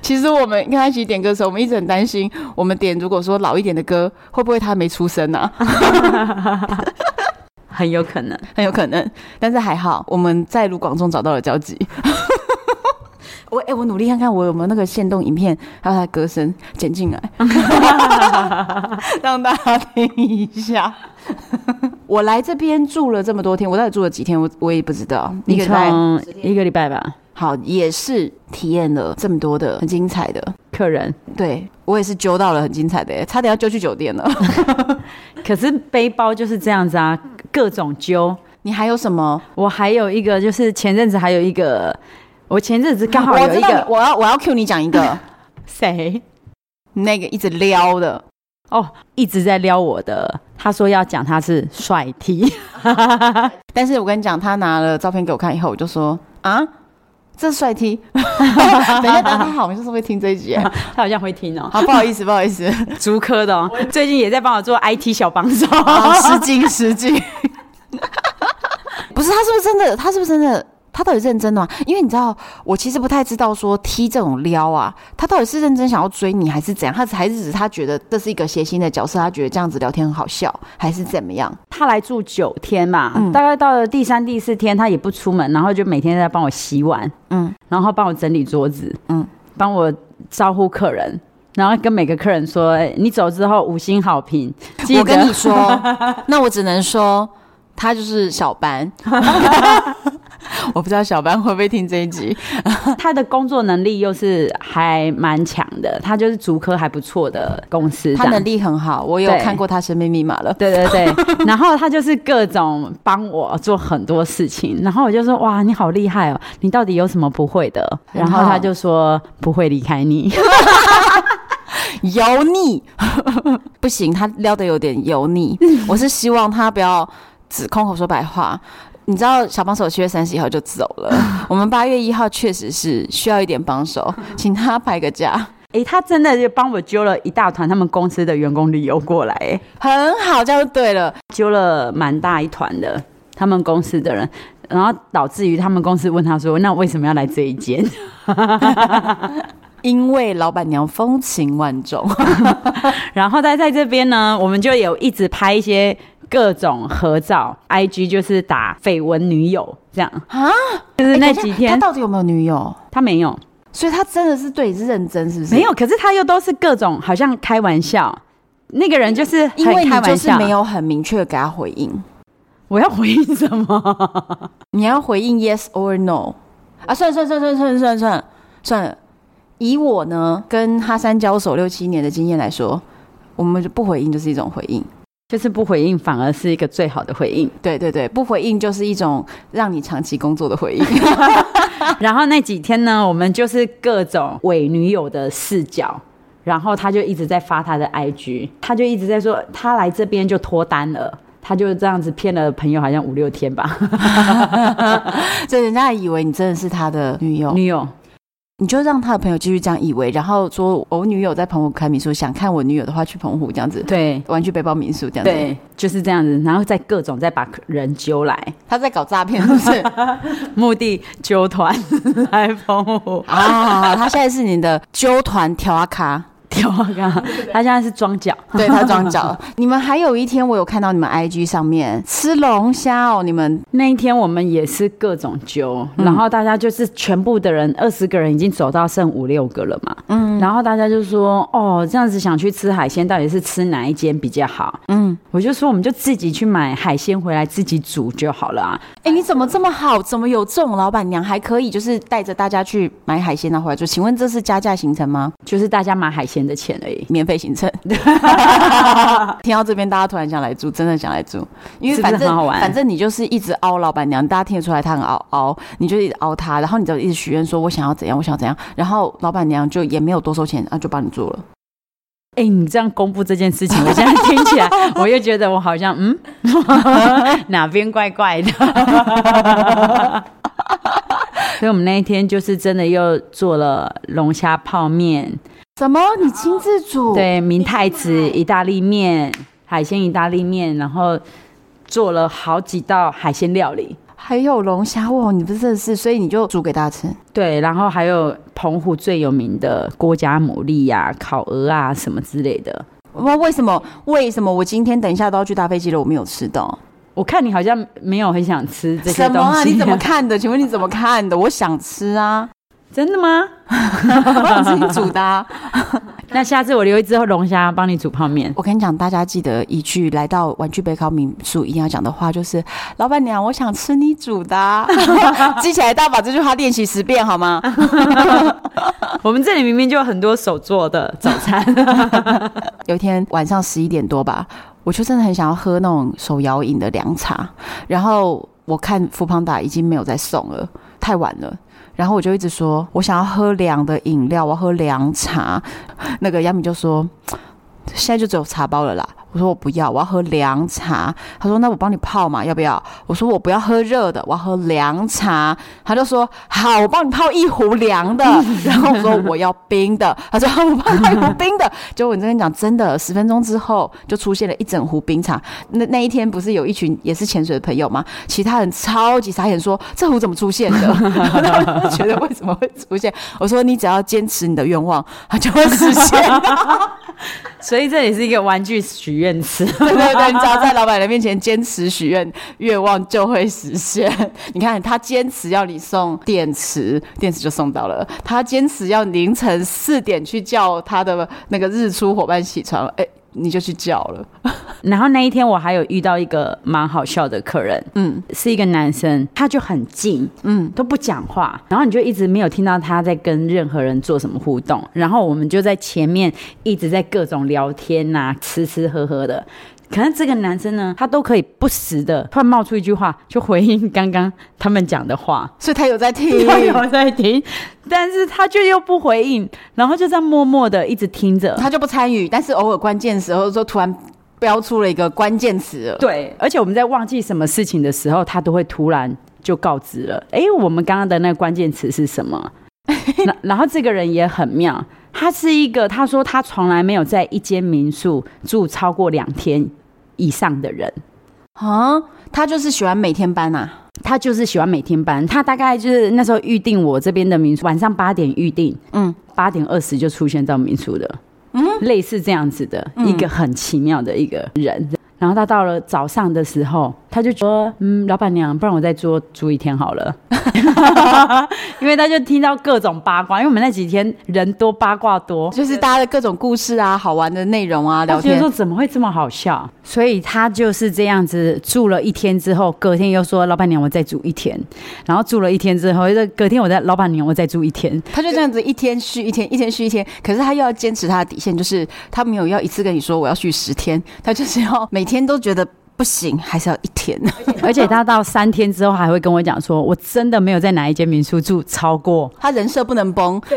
Speaker 1: 其实我们跟他一起点歌的时候，我们一直很担心，我们点如果说老一点的歌，会不会他没出生啊？
Speaker 2: 很有可能。
Speaker 1: 很有可能，但是还好我们在卢广仲找到了交集。 我哎、我努力看看我有没有那个限动影片，还有他的歌声剪进来， 让大家听一下。 我来这边住了这么多天，我到底住了几天？我我也不知道，一
Speaker 2: 你
Speaker 1: 个礼拜
Speaker 2: 从一个礼拜吧，
Speaker 1: 好，也是体验了这么多的很精彩的，
Speaker 2: 客人。
Speaker 1: 对我也是揪到了很精彩的耶，差点要揪去酒店了。
Speaker 2: 可是背包就是这样子啊，各种揪。
Speaker 1: 你还有什么？
Speaker 2: 我还有一个，就是前阵子还有一个，我前阵子刚好
Speaker 1: 我
Speaker 2: 有
Speaker 1: 知
Speaker 2: 一
Speaker 1: 道你，
Speaker 2: 个
Speaker 1: 我要我要 Q 你讲一个
Speaker 2: 谁
Speaker 1: 那个一直撩的，
Speaker 2: 哦，一直在撩我的，他说要讲他是帅 T，
Speaker 1: 但是我跟你讲，他拿了照片给我看以后，我就说啊。这帅 T，等 一下，等他好，我们就是会听这一集耶。
Speaker 2: 他好像会听哦，
Speaker 1: 好，不好意思，不好意思，
Speaker 2: 竹科的哦，最近也在帮我做 IT 小帮手。
Speaker 1: 好失敬失敬。 不是，他是不是真的？他是不是真的？他到底认真的吗？因为你知道，我其实不太知道说 T 这种撩啊，他到底是认真想要追你，还是怎样？他只还是只是他觉得这是一个谐星的角色，他觉得这样子聊天很好笑，还是怎么 样？
Speaker 2: 他来住九天嘛，
Speaker 1: 嗯
Speaker 2: 大概到了第三、第四天，他也不出门，然后就每天在帮我洗碗，
Speaker 1: 嗯
Speaker 2: 嗯，然后帮我整理桌子，
Speaker 1: 嗯
Speaker 2: 嗯，帮我招呼客人，然后跟每个客人说，哎你走之后五星好评，记得
Speaker 1: 我跟你说，那我只能说， 他就是小班。我不知道小班会不会听这一集。
Speaker 2: 他的工作能力又是还蛮强的，他就是足科还不错的公司，
Speaker 1: 他能。力很好，我有
Speaker 2: 对
Speaker 1: 看过他《生命密码》了。
Speaker 2: 对对对， 然后他就是各种帮我做很多事情，然后我就说哇，你好厉害哦，你到底有什么不会的？
Speaker 1: 很
Speaker 2: 然
Speaker 1: 好
Speaker 2: 后他就说不会离开你，
Speaker 1: 油腻， 不行，他撩的有点油腻。我是希望他不要只空口说白话。你知道小帮手七月三十一号就走了， 我们八月一号确实是需要一点帮手，请他排个假，
Speaker 2: 哎、他真的就帮我揪了一大团他们公司的员工旅游过来、诶
Speaker 1: 很好，这样就对了。
Speaker 2: 揪了蛮大一团的他们公司的人，然后导致于他们公司问他说，那为什么要来这一间？
Speaker 1: 因为老板娘风情万种，
Speaker 2: 然后在在这边呢，我们就有一直拍一些各种合照，IG 就是打绯闻女友这样
Speaker 1: 啊，
Speaker 2: 就是
Speaker 1: 哎等
Speaker 2: 那
Speaker 1: 一
Speaker 2: 几
Speaker 1: 下
Speaker 2: 天、
Speaker 1: 他到底有没有女友？
Speaker 2: 他没有
Speaker 1: 所以他真的是对你是认真，是不是？
Speaker 2: 没有，可是他又都是各种好像开玩笑，那个人就是很
Speaker 1: 因为你
Speaker 2: 开玩
Speaker 1: 就是
Speaker 2: 笑，
Speaker 1: 没有很明确地给他回应，
Speaker 2: 我要回应什么？
Speaker 1: 你要回应 yes or no 啊？算了算了算了算了算了算了算了，以我呢跟哈山交手六七年的经验来说，我们就不回应就是一种回应。
Speaker 2: 就是不回应，反而是一个最好的回应。
Speaker 1: 对对对，不回应就是一种让你长期工作的回应。
Speaker 2: 然后那几天呢，我们就是各种伪女友的视角，然后他就一直在发他的 IG，他就一直在说他来这边就脱单了。他就这样子骗了朋友，好像五六天吧。
Speaker 1: 所以人家还以为你真的是他的女友。
Speaker 2: 女友
Speaker 1: 你就让他的朋友继续这样以为，然后说我女友在澎湖开民宿，想看我女友的话去澎湖这样子，
Speaker 2: 对
Speaker 1: 玩去背包民宿这样子。
Speaker 2: 对，就是这样子，然后再各种再把人揪来，
Speaker 1: 他在搞诈骗是不是？
Speaker 2: 目的揪团 来澎湖。
Speaker 1: 啊，他现在是你的纠团调阿卡，
Speaker 2: 跳啊！刚刚他现在是装脚，
Speaker 1: 对他装脚。你们还有一天，我有看到你们 IG 上面吃龙虾哦，你们
Speaker 2: 那一天我们也是各种揪，然后大家就是全部的人，二十个人已经走到剩五六个了嘛。嗯，然后大家就说：“哦，这样子想去吃海鲜，到底是吃哪一间比较好？”嗯，我就说我们就自己去买海鲜回来自己煮就好了啊。
Speaker 1: 哎、你怎么这么好？怎么有这种老板娘还可以就是带着大家去买海鲜拿回来做？请问这是加价行程吗？
Speaker 2: 就是大家买海鲜的钱 而已。
Speaker 1: 免费行 程？听到这边，大家突然想来住，真的想来住，因为
Speaker 2: 是不
Speaker 1: 反
Speaker 2: 是
Speaker 1: 正
Speaker 2: 很好玩
Speaker 1: 反正你就是一直凹老板娘，大家听得出来她很凹凹，你就一直凹她，然后你就一直许愿说我想要怎样，我想要怎样，然后老板娘就也没有多收钱，啊，就帮你做了。
Speaker 2: 哎、你这样公布这件事情，我现在听 起来，我又觉得我好像嗯，哪边怪怪的。所以我们那一天就是真的又做了龙虾泡面，
Speaker 1: 怎么？你亲自煮？，
Speaker 2: 对，明太子意大利面、海鲜意大利面，然后做了好几道海鲜料理。
Speaker 1: 还有龙虾哇！你不是真的是，所以你就煮给大家吃。
Speaker 2: 对，然后还有澎湖最有名的郭家牡蛎呀、烤鹅啊什么之类的。
Speaker 1: 哇，为什么？为什么我今天等一下都要去搭飞机了，我没有吃到？
Speaker 2: 我看你好像没有很想吃这些
Speaker 1: 什
Speaker 2: 东西、
Speaker 1: 么啊？你怎么看的？请问你怎么看的？我想吃啊，
Speaker 2: 真的吗？
Speaker 1: 我想吃你煮的、啊。
Speaker 2: 那下次我留一只龙虾帮你煮 泡面。
Speaker 1: 我跟你讲，大家记得一句来到玩具背靠民宿一定要讲的话，就是“老板娘，我想吃你煮的、啊”， 记起来，大家把这句话练习十遍好吗？
Speaker 2: 我们这里明明就有很多手做的早餐，
Speaker 1: 有一天晚上十一点多吧，我就真的很想要喝那种手摇饮的凉茶，然后我看富邦达已经没有在送了，太晚了。然后我就一直说，我想要喝凉的饮料，我要喝凉茶。那个亚米就说，现在就只有茶包了啦。我说我不要，我要喝凉茶。他说那我帮你泡嘛，要不要？我说我不要喝热的，我要喝凉茶。他就说好，我帮你泡一壶凉的。然后我说我要冰的。他说好，我帮你泡一壶冰的。结果我跟你讲，真的，十分钟之后就出现了一整壶冰茶。那那一天不是有一群也是潜水的朋友吗？其他人超级傻眼说，这壶怎么出现的？ 然后我就觉得为什么会出现？我说你只要坚持你的愿望，它就会实现。
Speaker 2: 所以这里是一个玩具许愿 池。
Speaker 1: 对对对，你只要在老板的面前坚持许愿，愿望就会实现。你看他坚持要你送电池，电池就送到了；他坚持要凌晨四点去叫他的那个日出伙伴起床，哎、你就去叫了。
Speaker 2: 然后那一天我还有遇到一个蛮好笑的客人，
Speaker 1: 嗯，
Speaker 2: 是一个男生，他就很静，嗯，都不讲话，然后你就一直没有听到他在跟任何人做什么互动，然后我们就在前面一直在各种聊天呐、吃吃喝喝的。可是这个男生呢，他都可以不时的突然冒出一句话，就回应刚刚他们讲的话，
Speaker 1: 所以他有在听，
Speaker 2: 他有在听，但是他就又不回应，然后就这样默默的一直听着。
Speaker 1: 他就不参与，但是偶尔关键时候说突然标出了一个关键词了。
Speaker 2: 对，而且我们在忘记什么事情的时候，他都会突然就告知了。哎，我们刚刚的那个关键词是什么？然然后这个人也很妙，他是一个他说他从来没有在一间民宿住超过两天以上的人，
Speaker 1: 啊，他就是喜欢每天搬呐、啊，
Speaker 2: 他就是喜欢每天搬。他大概就是那时候预定我这边的民宿，晚上八点预定，
Speaker 1: 嗯，
Speaker 2: 八点二十就出现到民宿的，嗯，类似这样子的、一个很奇妙的一个人。然后他到了早上的时候，他就说：“嗯，老板娘，不然我再多住一天好了。” 因为他就听到各种八卦，因为我们那几天人多八卦多，
Speaker 1: 就是大家的各种故事啊、好玩的内容啊、聊
Speaker 2: 他觉得
Speaker 1: 天
Speaker 2: 说。怎么会这么好笑？所以他就是这样子住了一天之后，隔天又说：“老板娘，我再住一天。”然后住了一天之后，又隔天我再老板娘，我再住一 天。
Speaker 1: 他就这样子一天续一天，一天续一天，可是他又要坚持他的底线，就是他没有要一次跟你说我要续十天，他就是要每天都觉得不行，还是要一天。
Speaker 2: 而且他到三天之后还会跟我讲说，我真的没有在哪一间民宿住超 过。
Speaker 1: 他人设不能崩，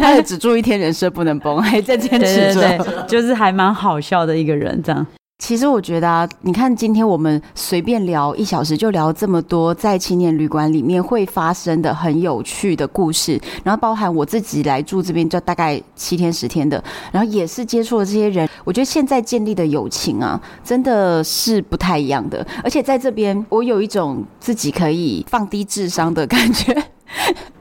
Speaker 1: 他也只住一天，人设不能崩，还在坚持着。
Speaker 2: 对，就是还蛮好笑的一个人这样。
Speaker 1: 其实我觉得啊，你看今天我们随便聊一小时就聊这么多，在青年旅馆里面会发生的很有趣的故事，然后包含我自己来住这边就大概七天十天的，然后也是接触了这些人，我觉得现在建立的友情啊，真的是不太一样的。而且在这边，我有一种自己可以放低智商的感觉。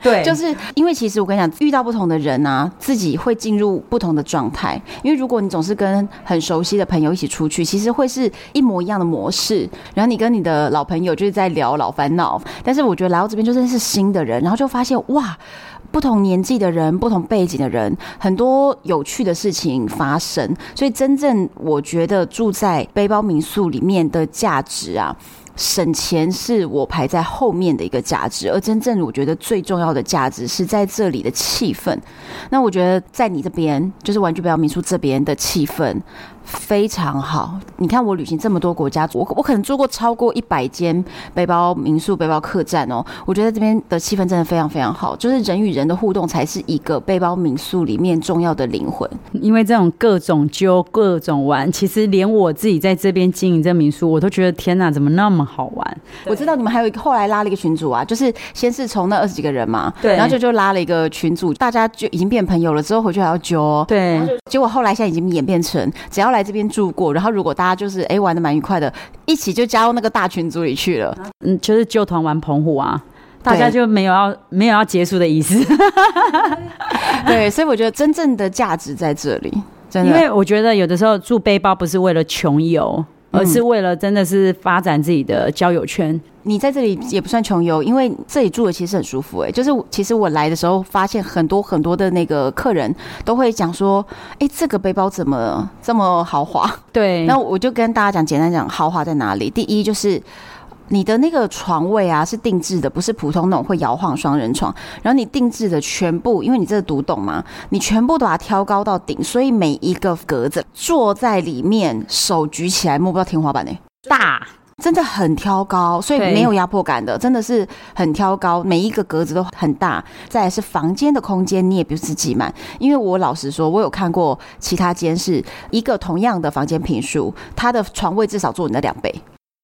Speaker 2: 对就
Speaker 1: 就是是因为其实我跟你讲，遇到不同的人啊，自己会进入不同的状态。因为如果你总是跟很熟悉的朋友一起出去，其实会是一模一样的模式。然后你跟你的老朋友就是在聊老烦恼，但是我觉得来到这边就真的是新的人，然后就发现哇。不同年纪的人，不同背景的人，很多有趣的事情发生。所以，真正我觉得住在背包民宿里面的价值啊，省钱是我排在后面的一个价值，而真正我觉得最重要的价值是在这里的气氛。那我觉得在你这边，就是玩具表演民宿这边的气氛非常好。你看我旅行这么多国家，我我可能住过超过一百间背包民宿、背包客栈哦。我觉得这边的气氛真的非常非常好，就是人与人的互动才是一个背包民宿里面重要的灵魂。
Speaker 2: 因为这种各种揪、各种玩，其实连我自己在这边经营这民宿，我都觉得天哪，怎么那么好玩？
Speaker 1: 我知道你们还有一个后来拉了一个群组啊，就是先是从那二十几个人嘛，
Speaker 2: 对
Speaker 1: 然后就就拉了一个群组，大家就已经变朋友了，之后回去还要揪哦。
Speaker 2: 对，
Speaker 1: 结果后来现在已经演变成，只要来这边住过，然后如果大家就是哎玩的蛮愉快的，一起就加入那个大群组里去了。
Speaker 2: 嗯，就是旧团玩澎湖啊，大
Speaker 1: 对
Speaker 2: 家就没有要没有要结束的意思，
Speaker 1: 对，所以我觉得真正的价值在这里，真
Speaker 2: 啊 因
Speaker 1: 的。
Speaker 2: 为我觉得有的时候住背包不是为了穷游，
Speaker 1: 嗯
Speaker 2: 而是为了真的是发展自己的交友圈。
Speaker 1: 你在这里也不算穷游，因为这里住的其实很舒服、哎，就是我其实我来的时候发现很多很多的那个客人都会讲说，哎、这个背包怎么这么豪华？
Speaker 2: 对，
Speaker 1: 那我就跟大家讲，简单讲豪华在哪里。第一就是。你的那个床位啊是定制的，不是普通那种会摇晃双人床。然后你定制的全部，因为你这个独栋嘛，你全部都把它挑高到顶，所以每一个格子坐在里面，手举起来摸不到天花板呢、
Speaker 2: 大
Speaker 1: 真的很挑高，所以
Speaker 2: 对
Speaker 1: 没有压迫感的，真的是很挑高，每一个格子都很大。再来是房间的空间，你也不是挤满，因为我老实说，我有看过其他间是一个同样的房间平数，它的床位至少坐你的两倍，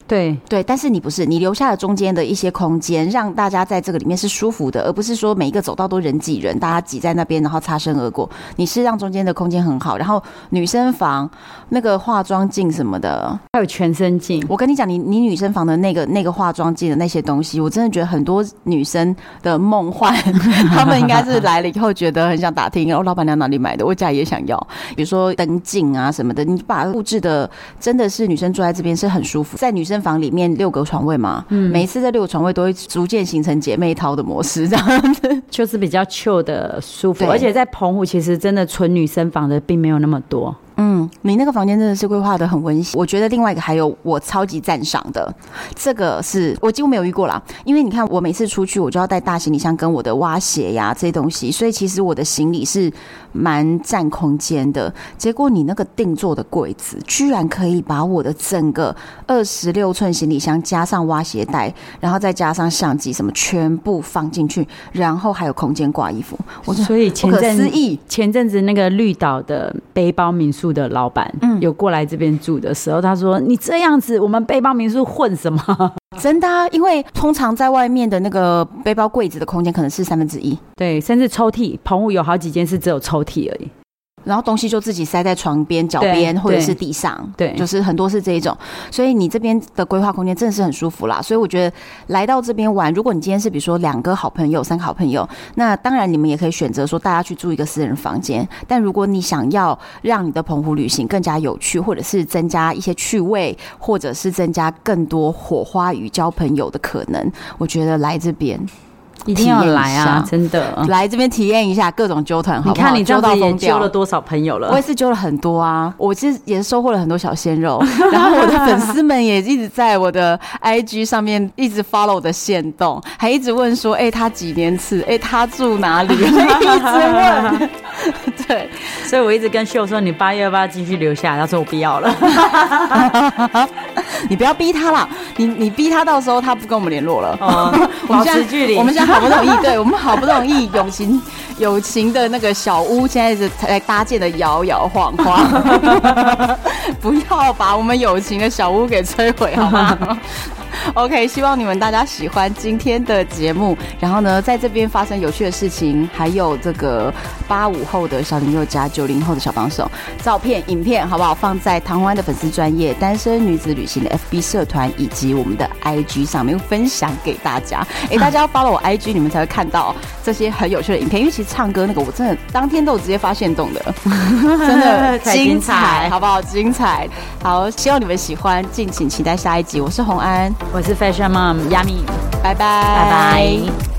Speaker 2: 对
Speaker 1: 对，但是你不是，你留下了中间的一些空间，让大家在这个里面是舒服的，而不是说每一个走道都人挤人，大家挤在那边然后擦身而过。你是让中间的空间很好，然后女生房那个化妆镜什么的，
Speaker 2: 还有全身镜，
Speaker 1: 我跟你讲，你你女生房的那个那个化妆镜的那些东西，我真的觉得很多女生的梦幻， 她们应该是来了以后觉得很想打听，哦，老板娘哪里买的，我家也想要。比如说灯镜啊什么的，你把它布置的真的是女生住在这边是很舒服。在女生房里面六个床位嘛，每一次这六个床位都会逐渐形成姐妹淘的模式，这样子。
Speaker 2: 就是比较 chill 的舒服，
Speaker 1: 对
Speaker 2: 而且在澎湖其实真的纯女生房的并没有那么多。
Speaker 1: 嗯，你那个房间真的是规划的很温馨。我觉得另外一个还有我超级赞赏的，这个是我几乎没有遇过啦。因为你看，我每次出去我就要带大行李箱跟我的蛙鞋呀这些东西，所以其实我的行李是蛮占空间的。结果你那个定做的柜子，居然可以把我的整个二十六寸行李箱加上蛙鞋带，然后再加上相机什么，全部放进去，然后还有空间挂衣服，我真的
Speaker 2: 所以
Speaker 1: 不
Speaker 2: 前
Speaker 1: 可
Speaker 2: 阵
Speaker 1: 思议。
Speaker 2: 前阵子那个绿岛的背包民宿的老板，
Speaker 1: 嗯
Speaker 2: 有过来这边住的时候，他说：“你这样子，我们背包民宿混什么
Speaker 1: 真的、啊，因为通常在外面的那个背包柜子的空间可能是三分之一，？”
Speaker 2: 对，甚至抽屉，澎湖有好几间是只有抽屉而已。
Speaker 1: 然后东西就自己塞在床边、脚
Speaker 2: 对
Speaker 1: 边或者
Speaker 2: 对
Speaker 1: 是地上。
Speaker 2: 对，
Speaker 1: 就是很多是这一种，所以你这边的规划空间真的是很舒服啦。所以我觉得来到这边玩，如果你今天是比如说两个好朋友、三个好朋友，那当然你们也可以选择说大家去住一个私人房间。但如果你想要让你的澎湖旅行更加有趣，或者是增加一些趣味，或者是增加更多火花与交朋友的可能，我觉得来这边
Speaker 2: 一定要来啊！
Speaker 1: 体
Speaker 2: 真的，
Speaker 1: 来这边体验一下各种纠团，好
Speaker 2: 你
Speaker 1: 不好？
Speaker 2: 看你
Speaker 1: 揪
Speaker 2: 这样
Speaker 1: 到
Speaker 2: 子也
Speaker 1: 疯
Speaker 2: 交
Speaker 1: 掉
Speaker 2: 了。多少朋友
Speaker 1: 我
Speaker 2: 了
Speaker 1: 也？是揪了很多啊，我其实也是收获了很多小鲜肉， 然后我的粉丝们也一直在我的 IG 上面一直 follow 我的线 动，还一直问说，哎、他几年次？哎、他住哪里？一直问，
Speaker 2: 对，所以我一直跟秀说，你八月要不要继续留下？他说我不要了。
Speaker 1: 你不要逼他啦，你你逼他，到时候他不跟我们联络了。
Speaker 2: 哦
Speaker 1: 我们
Speaker 2: 保
Speaker 1: 现
Speaker 2: 持
Speaker 1: 在
Speaker 2: 距离。
Speaker 1: 我们现在好不容 易，对我们好不容易友情友情的那个小屋，现在是才搭建的摇摇晃晃。 不要把我们友情的小屋给摧毁，好吗 ？OK，希望你们大家喜欢今天的节目。然后呢，在这边发生有趣的事情，还有这个八五后的小林宥嘉、九零后的小帮手，照片、影片，好不好？放在唐湾的粉丝专业单身女子旅行的 FB 社团以及我们的 IG 上面分享给大家。
Speaker 2: 啊
Speaker 1: 哎、大家要 follow 我 IG，你们才会看到这些很有趣的影片。因为其实唱歌那个，我真的当天都有直接发现 动的，真的
Speaker 2: 太精彩
Speaker 1: 好不好？精彩，好，希望你们喜欢，敬请期待下一集。我是红安，
Speaker 2: 我是 Fashion Mom Yummy，
Speaker 1: 拜拜，
Speaker 2: 拜拜。